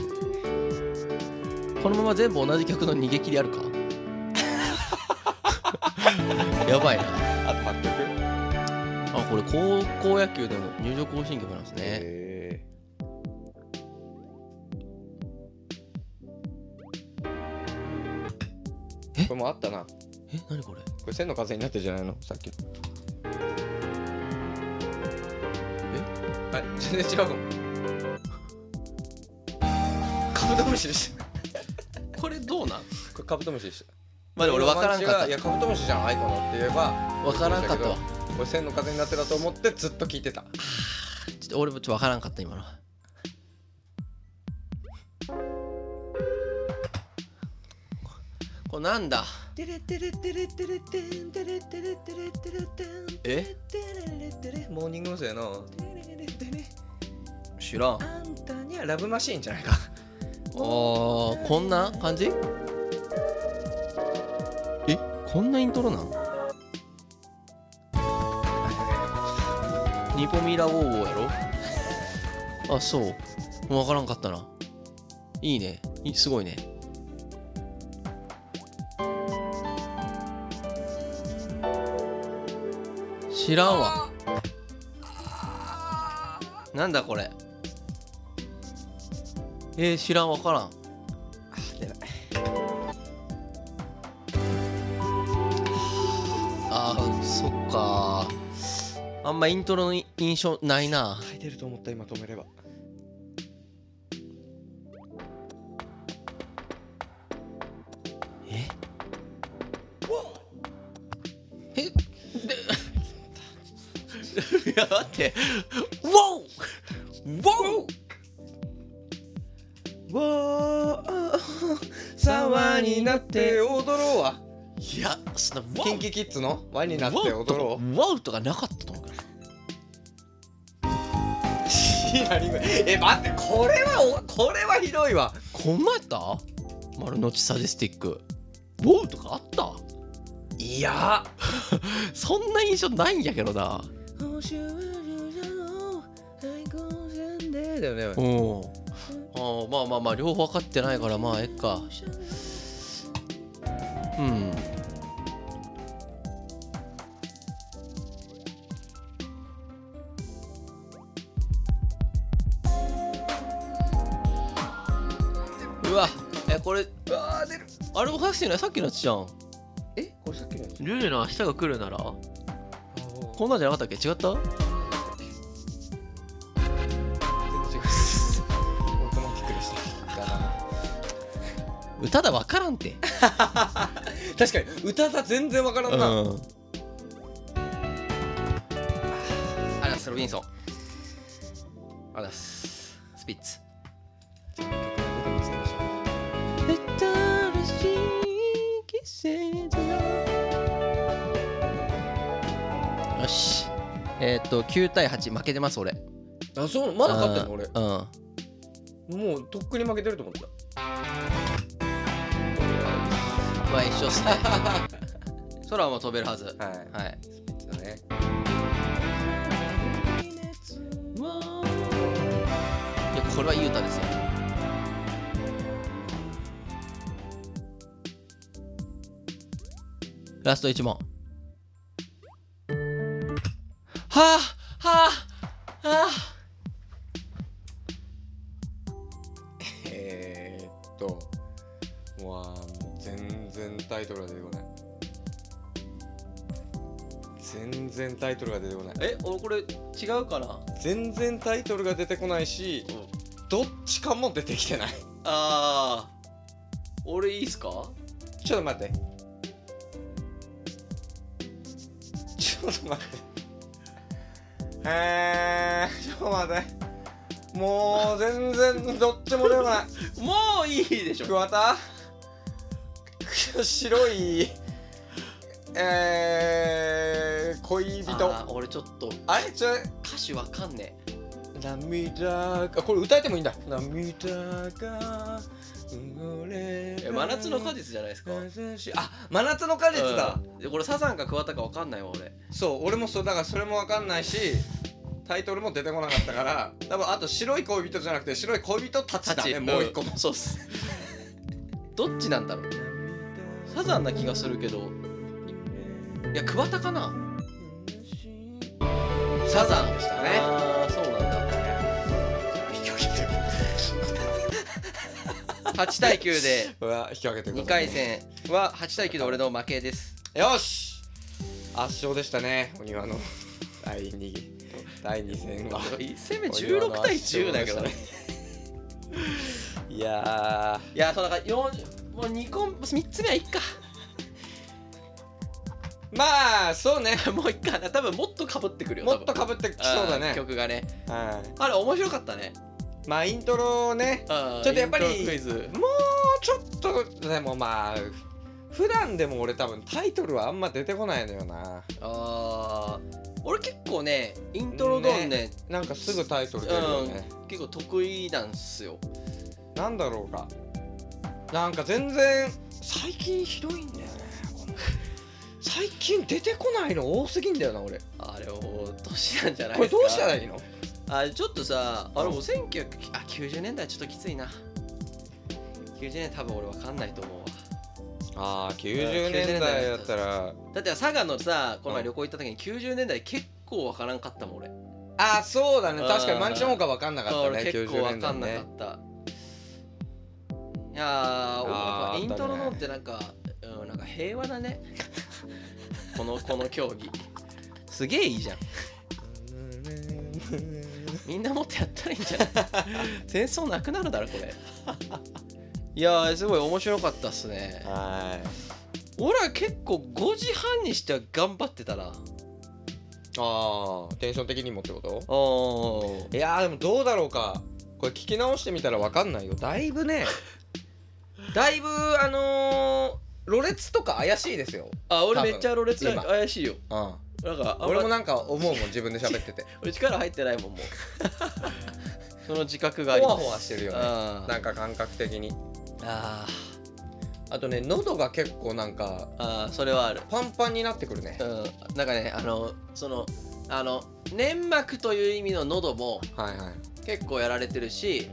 [SPEAKER 1] このまま全部同じ曲の逃げ切りあるか やばいな
[SPEAKER 2] あと8曲
[SPEAKER 1] あこれ高校野球でも入場行進曲なんですね
[SPEAKER 2] え
[SPEAKER 1] え
[SPEAKER 2] これもあったなこ
[SPEAKER 1] え何これ
[SPEAKER 2] れ線の風になってるじゃないのさっきえあれ全然違うかも
[SPEAKER 1] カブトムシです これどうなん
[SPEAKER 2] これカブトムシでした
[SPEAKER 1] まあでも俺分からんかっ
[SPEAKER 2] いやカブトムシじゃないかなって言えば
[SPEAKER 1] た分からんかったわ
[SPEAKER 2] 俺線の風になってたと思ってずっと聞いてた
[SPEAKER 1] ちょっと俺もちょっと分からんかった今のはこれなんだ
[SPEAKER 3] テレテレテレテレテンテレテレテレテレテン
[SPEAKER 1] え
[SPEAKER 3] テレレテレ
[SPEAKER 2] モーニング娘。の
[SPEAKER 3] テレレテレ
[SPEAKER 1] 知らんあ
[SPEAKER 3] あんたにはラ
[SPEAKER 2] ラ
[SPEAKER 3] ブ
[SPEAKER 2] ブマシーンじゃないか
[SPEAKER 1] ーこんな感じえこんなイントロ なんニポミラウォーウォーやろあそう分からんかったないいねいすごいね知らんわなんだこれえー、知らんわからん
[SPEAKER 2] 出ない
[SPEAKER 1] あーそっかあんまイントロのい印象ないな
[SPEAKER 2] 書いてると思った今止めれば
[SPEAKER 1] ええで いや待ってウォーウォー
[SPEAKER 2] わあ沢になって踊ろうわ
[SPEAKER 1] いやそのウォ
[SPEAKER 2] キン
[SPEAKER 1] ー
[SPEAKER 2] キキッズの輪になって踊ろ
[SPEAKER 1] ウォーとかなかったと思うけど
[SPEAKER 2] ういや今え待ってこれはおこれはひどいわ
[SPEAKER 1] こんなんやった丸の内サディスティックウォーとかあった
[SPEAKER 2] いや
[SPEAKER 1] そんな印象ないんやけどな
[SPEAKER 2] だよね
[SPEAKER 1] うんあーまあまあまあ両方分かってないからまあえっかうんうわえこれ
[SPEAKER 2] うわー出る
[SPEAKER 1] あれもかしてないさっきのやつじゃん
[SPEAKER 2] えこれさっきのやつ
[SPEAKER 1] ルールの明日が来るならこ
[SPEAKER 2] こ
[SPEAKER 1] んなんじゃなかったっけ違った
[SPEAKER 2] 全然違うオートマティックでしただな
[SPEAKER 1] 歌だ分からんて
[SPEAKER 2] 確かに歌だ全然わからんな、
[SPEAKER 1] うんあらすロビンソンあらすスピッツよしえーっと9対8負けてます俺
[SPEAKER 2] あそうまだ勝ってんの俺
[SPEAKER 1] うんうん
[SPEAKER 2] もうとっくに負けてると思った
[SPEAKER 1] まあ一緒っすね 空も飛べるはず
[SPEAKER 2] はい、
[SPEAKER 1] はい
[SPEAKER 2] スピッツだね
[SPEAKER 1] いやこれはユータですよラスト1問はあはあはあ
[SPEAKER 2] えー、っとうわあもう全然タイトルが出てこない全然タイトルが出てこない
[SPEAKER 1] え俺これ違うかな
[SPEAKER 2] 全然タイトルが出てこないし、どっちかも出てきてない
[SPEAKER 1] あー俺いいっすか
[SPEAKER 2] ちょっと待ってちょっと待ってえー、ちょっと待ってもう全然どっちも出てこない
[SPEAKER 1] もういいでしょ
[SPEAKER 2] 桑田白いえー、恋人
[SPEAKER 1] あ
[SPEAKER 2] あ
[SPEAKER 1] ー俺ちょっと
[SPEAKER 2] れそれ
[SPEAKER 1] 歌詞わかんねえ
[SPEAKER 2] 涙がこれ歌えてもいいんだ涙が濡れ
[SPEAKER 1] え真夏の果実じゃないですか
[SPEAKER 2] 優しいあ真夏の果実だ、
[SPEAKER 1] うん、これサザンか桑田かわかんないわ俺
[SPEAKER 2] そう俺もそうだからそれもわかんないしタイトルも出てこなかったから多分あと白い恋人じゃなくて白い恋人たちだねもう一個も、
[SPEAKER 1] そうっすどっちなんだろうサザンな気がするけどいや桑田かなサザンでした
[SPEAKER 2] ね
[SPEAKER 1] ああそうなんだ
[SPEAKER 2] 引き分けてる
[SPEAKER 1] 8対9で
[SPEAKER 2] うわ引き分けてくだ
[SPEAKER 1] 2
[SPEAKER 2] さい
[SPEAKER 1] 回戦は8対9で俺の負けです
[SPEAKER 2] よし圧勝でしたね、お庭の第2第2戦は。
[SPEAKER 1] せめ16対10だけどね
[SPEAKER 2] いや
[SPEAKER 1] いやそうだから4もう2個3つ目はいっか
[SPEAKER 2] ー、まあ、そうね、
[SPEAKER 1] もういっかな多分もっとかぶってくるよ
[SPEAKER 2] もっと
[SPEAKER 1] 多分
[SPEAKER 2] かぶってきそうだ
[SPEAKER 1] あー
[SPEAKER 2] ね。
[SPEAKER 1] 曲がね
[SPEAKER 2] は
[SPEAKER 1] あれ面白かったね
[SPEAKER 2] い、まあ、イントロをね、
[SPEAKER 1] ちょ
[SPEAKER 2] ちょっとやっぱり
[SPEAKER 1] クイズ
[SPEAKER 2] もうちょっと、でもまあ、普段でも俺多分タイトルはあんま出てこないのよな。
[SPEAKER 1] あー俺結構ねイントロドンね
[SPEAKER 2] なんかすぐタイトル出るよね。
[SPEAKER 1] 結構得意なんすよ
[SPEAKER 2] なんだろうか。なんか全然、最近ひどいんだよね。この最近出てこないの多すぎんだよな、俺。
[SPEAKER 1] あれもう年なんじゃない
[SPEAKER 2] こ
[SPEAKER 1] で
[SPEAKER 2] れ
[SPEAKER 1] す
[SPEAKER 2] ど
[SPEAKER 1] か
[SPEAKER 2] うしたらいいの
[SPEAKER 1] あちょっとさあれ
[SPEAKER 2] うん
[SPEAKER 1] もう1990年代ちょっときついな90年代多分俺わかんないと思うわ
[SPEAKER 2] ああ90年代だったら
[SPEAKER 1] だって佐賀のさこの
[SPEAKER 2] う
[SPEAKER 1] 前
[SPEAKER 2] ん
[SPEAKER 1] 旅行行った時に90年代結構わからんかったもん俺
[SPEAKER 2] ああそうだね確か
[SPEAKER 1] うん
[SPEAKER 2] にマンチの方が分かんなかった
[SPEAKER 1] 俺
[SPEAKER 2] ね
[SPEAKER 1] 結構わ
[SPEAKER 2] 90年
[SPEAKER 1] か
[SPEAKER 2] 代
[SPEAKER 1] んなか
[SPEAKER 2] ね
[SPEAKER 1] った、いやー俺なん
[SPEAKER 2] あ
[SPEAKER 1] か
[SPEAKER 2] ー
[SPEAKER 1] イントロの
[SPEAKER 2] あったね
[SPEAKER 1] ってなんか、うん、なんか平和だね このこの競技すげえいいじゃんみんなもっとやったらいいんじ ゃない戦争なくなるだろこれいやーすごい面白かったっすね
[SPEAKER 2] はい
[SPEAKER 1] 俺は結構5時半にしては頑張ってたな
[SPEAKER 2] ああテンション的にもってこと
[SPEAKER 1] おー
[SPEAKER 2] いやーでもどうだろうかこれ聞き直してみたら分かんないよだいぶねだいぶあのー、ろれつとか怪しいですよ、
[SPEAKER 1] あ俺
[SPEAKER 2] 多
[SPEAKER 1] め
[SPEAKER 2] 分
[SPEAKER 1] っちゃろれつ
[SPEAKER 2] 今
[SPEAKER 1] 怪しいよ
[SPEAKER 2] うん、
[SPEAKER 1] なんかあん
[SPEAKER 2] 俺
[SPEAKER 1] ま
[SPEAKER 2] もなんか思うもん自分で喋ってて
[SPEAKER 1] 俺力入ってないもんもう その自覚
[SPEAKER 2] ほ
[SPEAKER 1] があり
[SPEAKER 2] わ
[SPEAKER 1] ます
[SPEAKER 2] ほわしてるよ ね
[SPEAKER 1] あー
[SPEAKER 2] なんか感覚的に
[SPEAKER 1] あ
[SPEAKER 2] あとね喉が結構なんか
[SPEAKER 1] ーあーそれはある
[SPEAKER 2] パンパンになってくるね
[SPEAKER 1] うんなんかねあのそのあの粘膜という意味の喉も
[SPEAKER 2] はいはい
[SPEAKER 1] 結構やられてるし、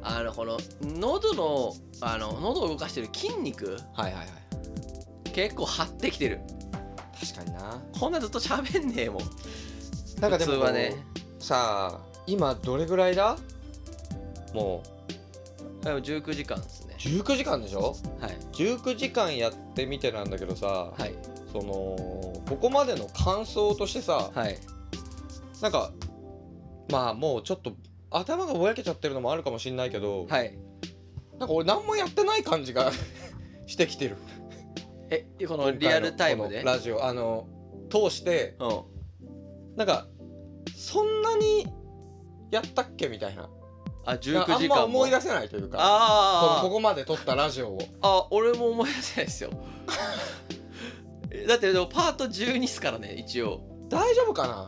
[SPEAKER 1] あのこの喉のあの喉を動かしてる筋肉
[SPEAKER 2] はいはいはい
[SPEAKER 1] 結構張ってきてる
[SPEAKER 2] 確かにな
[SPEAKER 1] こんなずっと喋んねえもん
[SPEAKER 2] なんかで
[SPEAKER 1] 普通
[SPEAKER 2] も
[SPEAKER 1] はね
[SPEAKER 2] さあ今どれぐらいだも
[SPEAKER 1] でも19時間ですね
[SPEAKER 2] う19時間でしょ
[SPEAKER 1] はい
[SPEAKER 2] 19時間やってみてなんだけどさ、
[SPEAKER 1] はい
[SPEAKER 2] そのここまでの感想としてさ
[SPEAKER 1] はい
[SPEAKER 2] なんかまあもうちょっと頭がぼやけちゃってるのもあるかもしんないけど、
[SPEAKER 1] はい
[SPEAKER 2] なんか俺何もやってない感じが してきてる
[SPEAKER 1] えこのリアルタイムで
[SPEAKER 2] 今回のこのラジオあの通して
[SPEAKER 1] うん
[SPEAKER 2] なんかそんなにやったっけみたいな
[SPEAKER 1] あ19
[SPEAKER 2] あん
[SPEAKER 1] 時間
[SPEAKER 2] ま
[SPEAKER 1] も
[SPEAKER 2] 思い出せないというかこの
[SPEAKER 1] あー
[SPEAKER 2] ここまで撮ったラジオを
[SPEAKER 1] あ俺も思い出せないですよ だってでもパート12っすからね一応
[SPEAKER 2] 大丈夫かな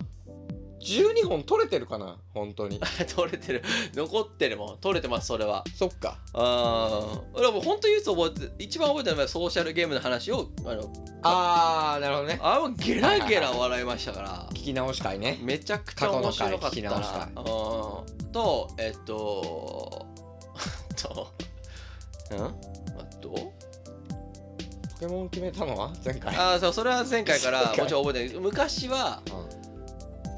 [SPEAKER 2] 12本撮れてるかな本当に
[SPEAKER 1] 取れてる残ってるもん取れてます それは
[SPEAKER 2] そっか
[SPEAKER 1] ああ俺はもう本当に唯一覚えて一番覚えてるのはソーシャルゲームの話をあの
[SPEAKER 2] あーなるほどね
[SPEAKER 1] あもうゲラゲラ笑いましたから
[SPEAKER 2] 聞き直したいね
[SPEAKER 1] めちゃくちゃ面白かっ
[SPEAKER 2] 過去の回聞き
[SPEAKER 1] た
[SPEAKER 2] 直し
[SPEAKER 1] なうんとえっと とうんあと
[SPEAKER 2] ポケモン決めたのは前回
[SPEAKER 1] ああそうそれは前回からも
[SPEAKER 2] 前
[SPEAKER 1] ちろ
[SPEAKER 2] 回
[SPEAKER 1] ん覚えてない昔は、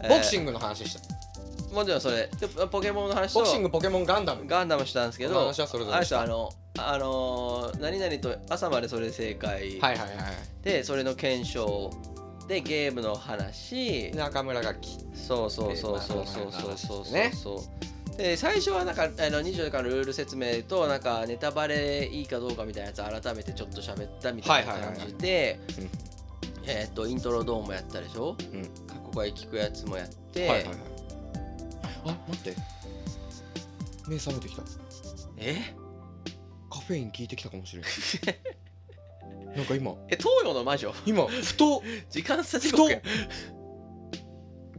[SPEAKER 2] ボクシ
[SPEAKER 1] グ
[SPEAKER 2] ングの話した、
[SPEAKER 1] もちろんそれでポケモンの話と
[SPEAKER 2] ボクシングポケモンガンダム
[SPEAKER 1] ガンダムしたんですけ
[SPEAKER 2] この
[SPEAKER 1] ど
[SPEAKER 2] 話はそれぞ
[SPEAKER 1] あ
[SPEAKER 2] れ
[SPEAKER 1] の
[SPEAKER 2] した
[SPEAKER 1] 人あの、あのー何々と朝までそれ正解、
[SPEAKER 2] はいはいはい
[SPEAKER 1] でそれの検証でゲームの話
[SPEAKER 2] 中村がき
[SPEAKER 1] そうそうそうそうそうそうそうそうそうで最初はなんかあの24時間のルール説明となんかネタバレいいかどうかみたいなやつ改めてちょっと喋ったみたいな
[SPEAKER 2] はいはいは
[SPEAKER 1] 感
[SPEAKER 2] い
[SPEAKER 1] じでえーっとイントロドーンもやったでしょ、
[SPEAKER 2] うん
[SPEAKER 1] 過去回聞くやつもやって、
[SPEAKER 2] はいはいはいあ待って目覚めてきた
[SPEAKER 1] え
[SPEAKER 2] カフェイン効いてきたかもしれ ないなんか今
[SPEAKER 1] え東洋の魔女
[SPEAKER 2] 今ふと
[SPEAKER 1] 時間差地
[SPEAKER 2] ふと
[SPEAKER 1] 獄や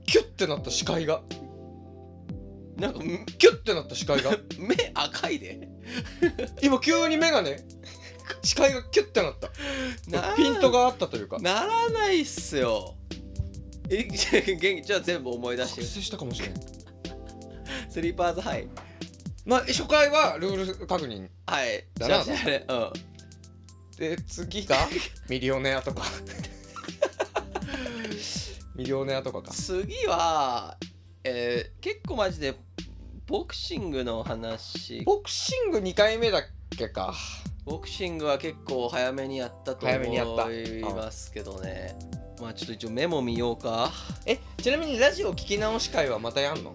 [SPEAKER 2] キュッてなった視界が
[SPEAKER 1] なんかん
[SPEAKER 2] キュッてなった視界が
[SPEAKER 1] 目赤いで
[SPEAKER 2] 今急に目がね視界がキュッてなった
[SPEAKER 1] な
[SPEAKER 2] ピントがあったというか
[SPEAKER 1] ならないっすよえ元気じゃあ全部思い出して
[SPEAKER 2] 覚醒したかもしれない
[SPEAKER 1] スリーパーズハイ
[SPEAKER 2] まあ初回はルール確認
[SPEAKER 1] はい
[SPEAKER 2] だな
[SPEAKER 1] じゃあじゃあね
[SPEAKER 2] で 次がミリオネアとかミリオネアとか
[SPEAKER 1] う
[SPEAKER 2] か
[SPEAKER 1] ん次は、えー結構マジでボクシングの話
[SPEAKER 2] ボクシング2回目だっけか
[SPEAKER 1] ボクシングは結構早めにやったと
[SPEAKER 2] 早めにやった
[SPEAKER 1] 思いますけどねまあちょっと一応メモ見ようか
[SPEAKER 2] えちなみにラジオ聞き直し会はまたやんの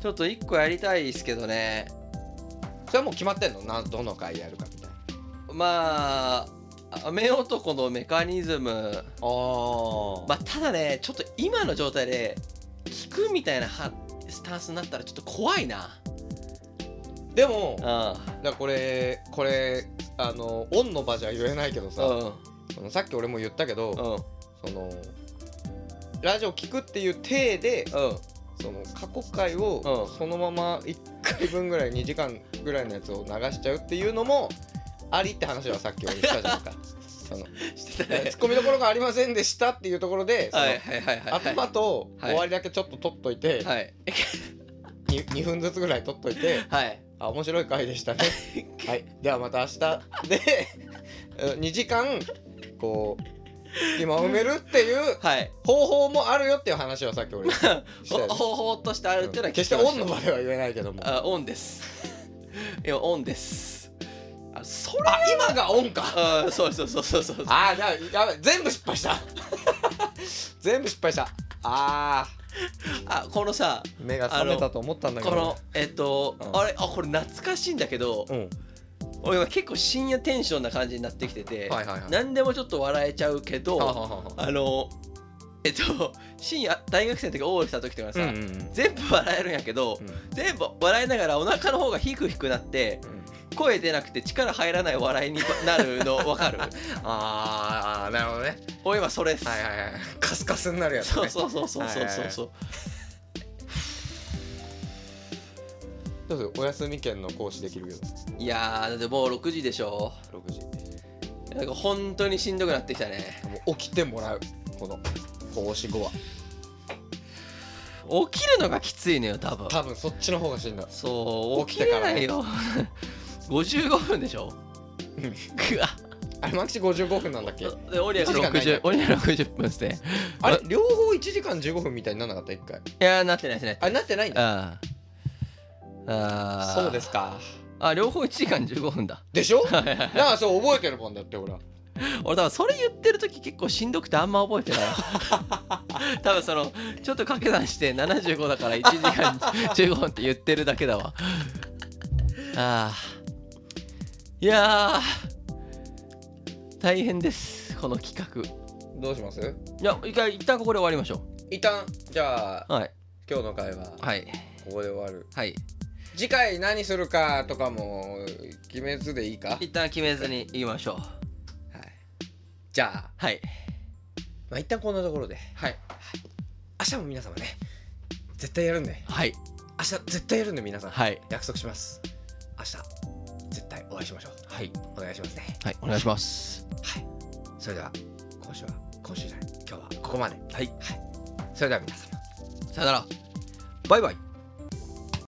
[SPEAKER 1] ちょっと一個やりたいですけどね
[SPEAKER 2] それはもう決まってんのなどの回やるかみたいな
[SPEAKER 1] まあ雨男のメカニズム
[SPEAKER 2] あ
[SPEAKER 1] まあ、ただねちょっと今の状態で聞くみたいなはスタンスになったらちょっと怖いな
[SPEAKER 2] でもだか
[SPEAKER 1] あ
[SPEAKER 2] らこれこれあのオンの場じゃ言えないけど
[SPEAKER 1] うん
[SPEAKER 2] さそのさっき俺も言ったけど
[SPEAKER 1] うん
[SPEAKER 2] そのラジオ聞くっていう体で
[SPEAKER 1] うん
[SPEAKER 2] その過去回を
[SPEAKER 1] うん
[SPEAKER 2] そのまま1回分ぐらい2時間ぐらいのやつを流しちゃうっていうのもありって話はさっき俺したじゃな いかその
[SPEAKER 1] してたね
[SPEAKER 2] ツッコミどころがありませんでしたっていうところでその、
[SPEAKER 1] はいはいはいはい
[SPEAKER 2] 頭と
[SPEAKER 1] はい
[SPEAKER 2] 終わりだけちょっと取っといて、
[SPEAKER 1] はい
[SPEAKER 2] に 2, 分ずつぐらい取っといて
[SPEAKER 1] はい
[SPEAKER 2] あ面白い回で したねはいではまた明日で2時間こう隙間を埋めるっていう
[SPEAKER 1] はい
[SPEAKER 2] 方法もあるよっていう話をさっき俺したよね
[SPEAKER 1] ほ方法と してあるっていうのは
[SPEAKER 2] 決してオンの場では言えないけどもあ
[SPEAKER 1] あオンですいやオンですあそれ
[SPEAKER 2] 今がオンか
[SPEAKER 1] あそうそうそうそうそうそう
[SPEAKER 2] あーだやばい全部失敗した 全部失敗したあ
[SPEAKER 1] あこのさ
[SPEAKER 2] ー目が覚めたと思ったんだけ
[SPEAKER 1] こ
[SPEAKER 2] ど
[SPEAKER 1] のえっと、
[SPEAKER 2] うん
[SPEAKER 1] あれあこれ懐かしいんだけど、
[SPEAKER 2] うん
[SPEAKER 1] 俺は結構深夜テンションな感じになってきてて、
[SPEAKER 2] はいはいはい
[SPEAKER 1] 何でもちょっと笑えちゃうけど、
[SPEAKER 2] はあはあはあ
[SPEAKER 1] あのえっと深夜大学生の時オールした時とかさ、
[SPEAKER 2] うんうんうん
[SPEAKER 1] 全部笑えるんやけど、
[SPEAKER 2] うん
[SPEAKER 1] 全部笑いながらお腹の方がヒクヒクなって声出なくて力入らない笑いになるの分か る
[SPEAKER 2] ああなるほどね
[SPEAKER 1] 俺今それっす、
[SPEAKER 2] はいはいはいカスカスになるやつ
[SPEAKER 1] そう
[SPEAKER 2] ね
[SPEAKER 1] そうそうそうそうそうそう
[SPEAKER 2] ちょっとお休み券の行使できるけ
[SPEAKER 1] いやーだってもう6時でしょ
[SPEAKER 2] ど6時
[SPEAKER 1] なんか本当にしんどくなってきたね
[SPEAKER 2] もう起きてもらうこの行使後は
[SPEAKER 1] 起きるのがきついのよ多分
[SPEAKER 2] 多分そっちの方がしんどい
[SPEAKER 1] そう起き
[SPEAKER 2] 起き
[SPEAKER 1] て
[SPEAKER 2] て
[SPEAKER 1] か、
[SPEAKER 2] からら
[SPEAKER 1] ね、
[SPEAKER 2] ね
[SPEAKER 1] ないよ 55分でしょうわ
[SPEAKER 2] あれマキシ55分なんだっけ
[SPEAKER 1] でオリアが
[SPEAKER 2] 一時間ないね
[SPEAKER 1] 60オリアが60分ですね
[SPEAKER 2] あれ両方1時間15分みたいにならなかった一回
[SPEAKER 1] いやーなってないですね
[SPEAKER 2] あれなってないんだ
[SPEAKER 1] あああー
[SPEAKER 2] そうですか
[SPEAKER 1] あ両方1時間15分だ
[SPEAKER 2] でしょなんかそう覚えてるもんだってほら
[SPEAKER 1] 俺多分それ言ってる時結構しんどくてあんま覚えてない多分そのちょっと掛け算して75だから1時間15分って言ってるだけだわあーいやー大変ですこの企画
[SPEAKER 2] どうします
[SPEAKER 1] いや一回一旦ここで終わりましょ
[SPEAKER 2] 一旦じゃあ
[SPEAKER 1] うはい
[SPEAKER 2] 今日の会は
[SPEAKER 1] はい
[SPEAKER 2] ここで終わる
[SPEAKER 1] はい
[SPEAKER 2] 次回何するかとかも決めずでいいかはい
[SPEAKER 1] 一旦決めずに言いましょう
[SPEAKER 2] じゃあ
[SPEAKER 1] はい
[SPEAKER 2] まあ一旦こんなところで
[SPEAKER 1] はい
[SPEAKER 2] 明日も皆様ね絶対やるんで
[SPEAKER 1] はい
[SPEAKER 2] 明日絶対やるんで皆さん、
[SPEAKER 1] はい
[SPEAKER 2] 約束します明日絶対お会いしましょう
[SPEAKER 1] はい
[SPEAKER 2] お願いしますね
[SPEAKER 1] はいお願いします
[SPEAKER 2] はいそれでは今週は今週じゃない今日はここまで
[SPEAKER 1] はい
[SPEAKER 2] それでは皆様
[SPEAKER 1] さよなら
[SPEAKER 2] バイバイ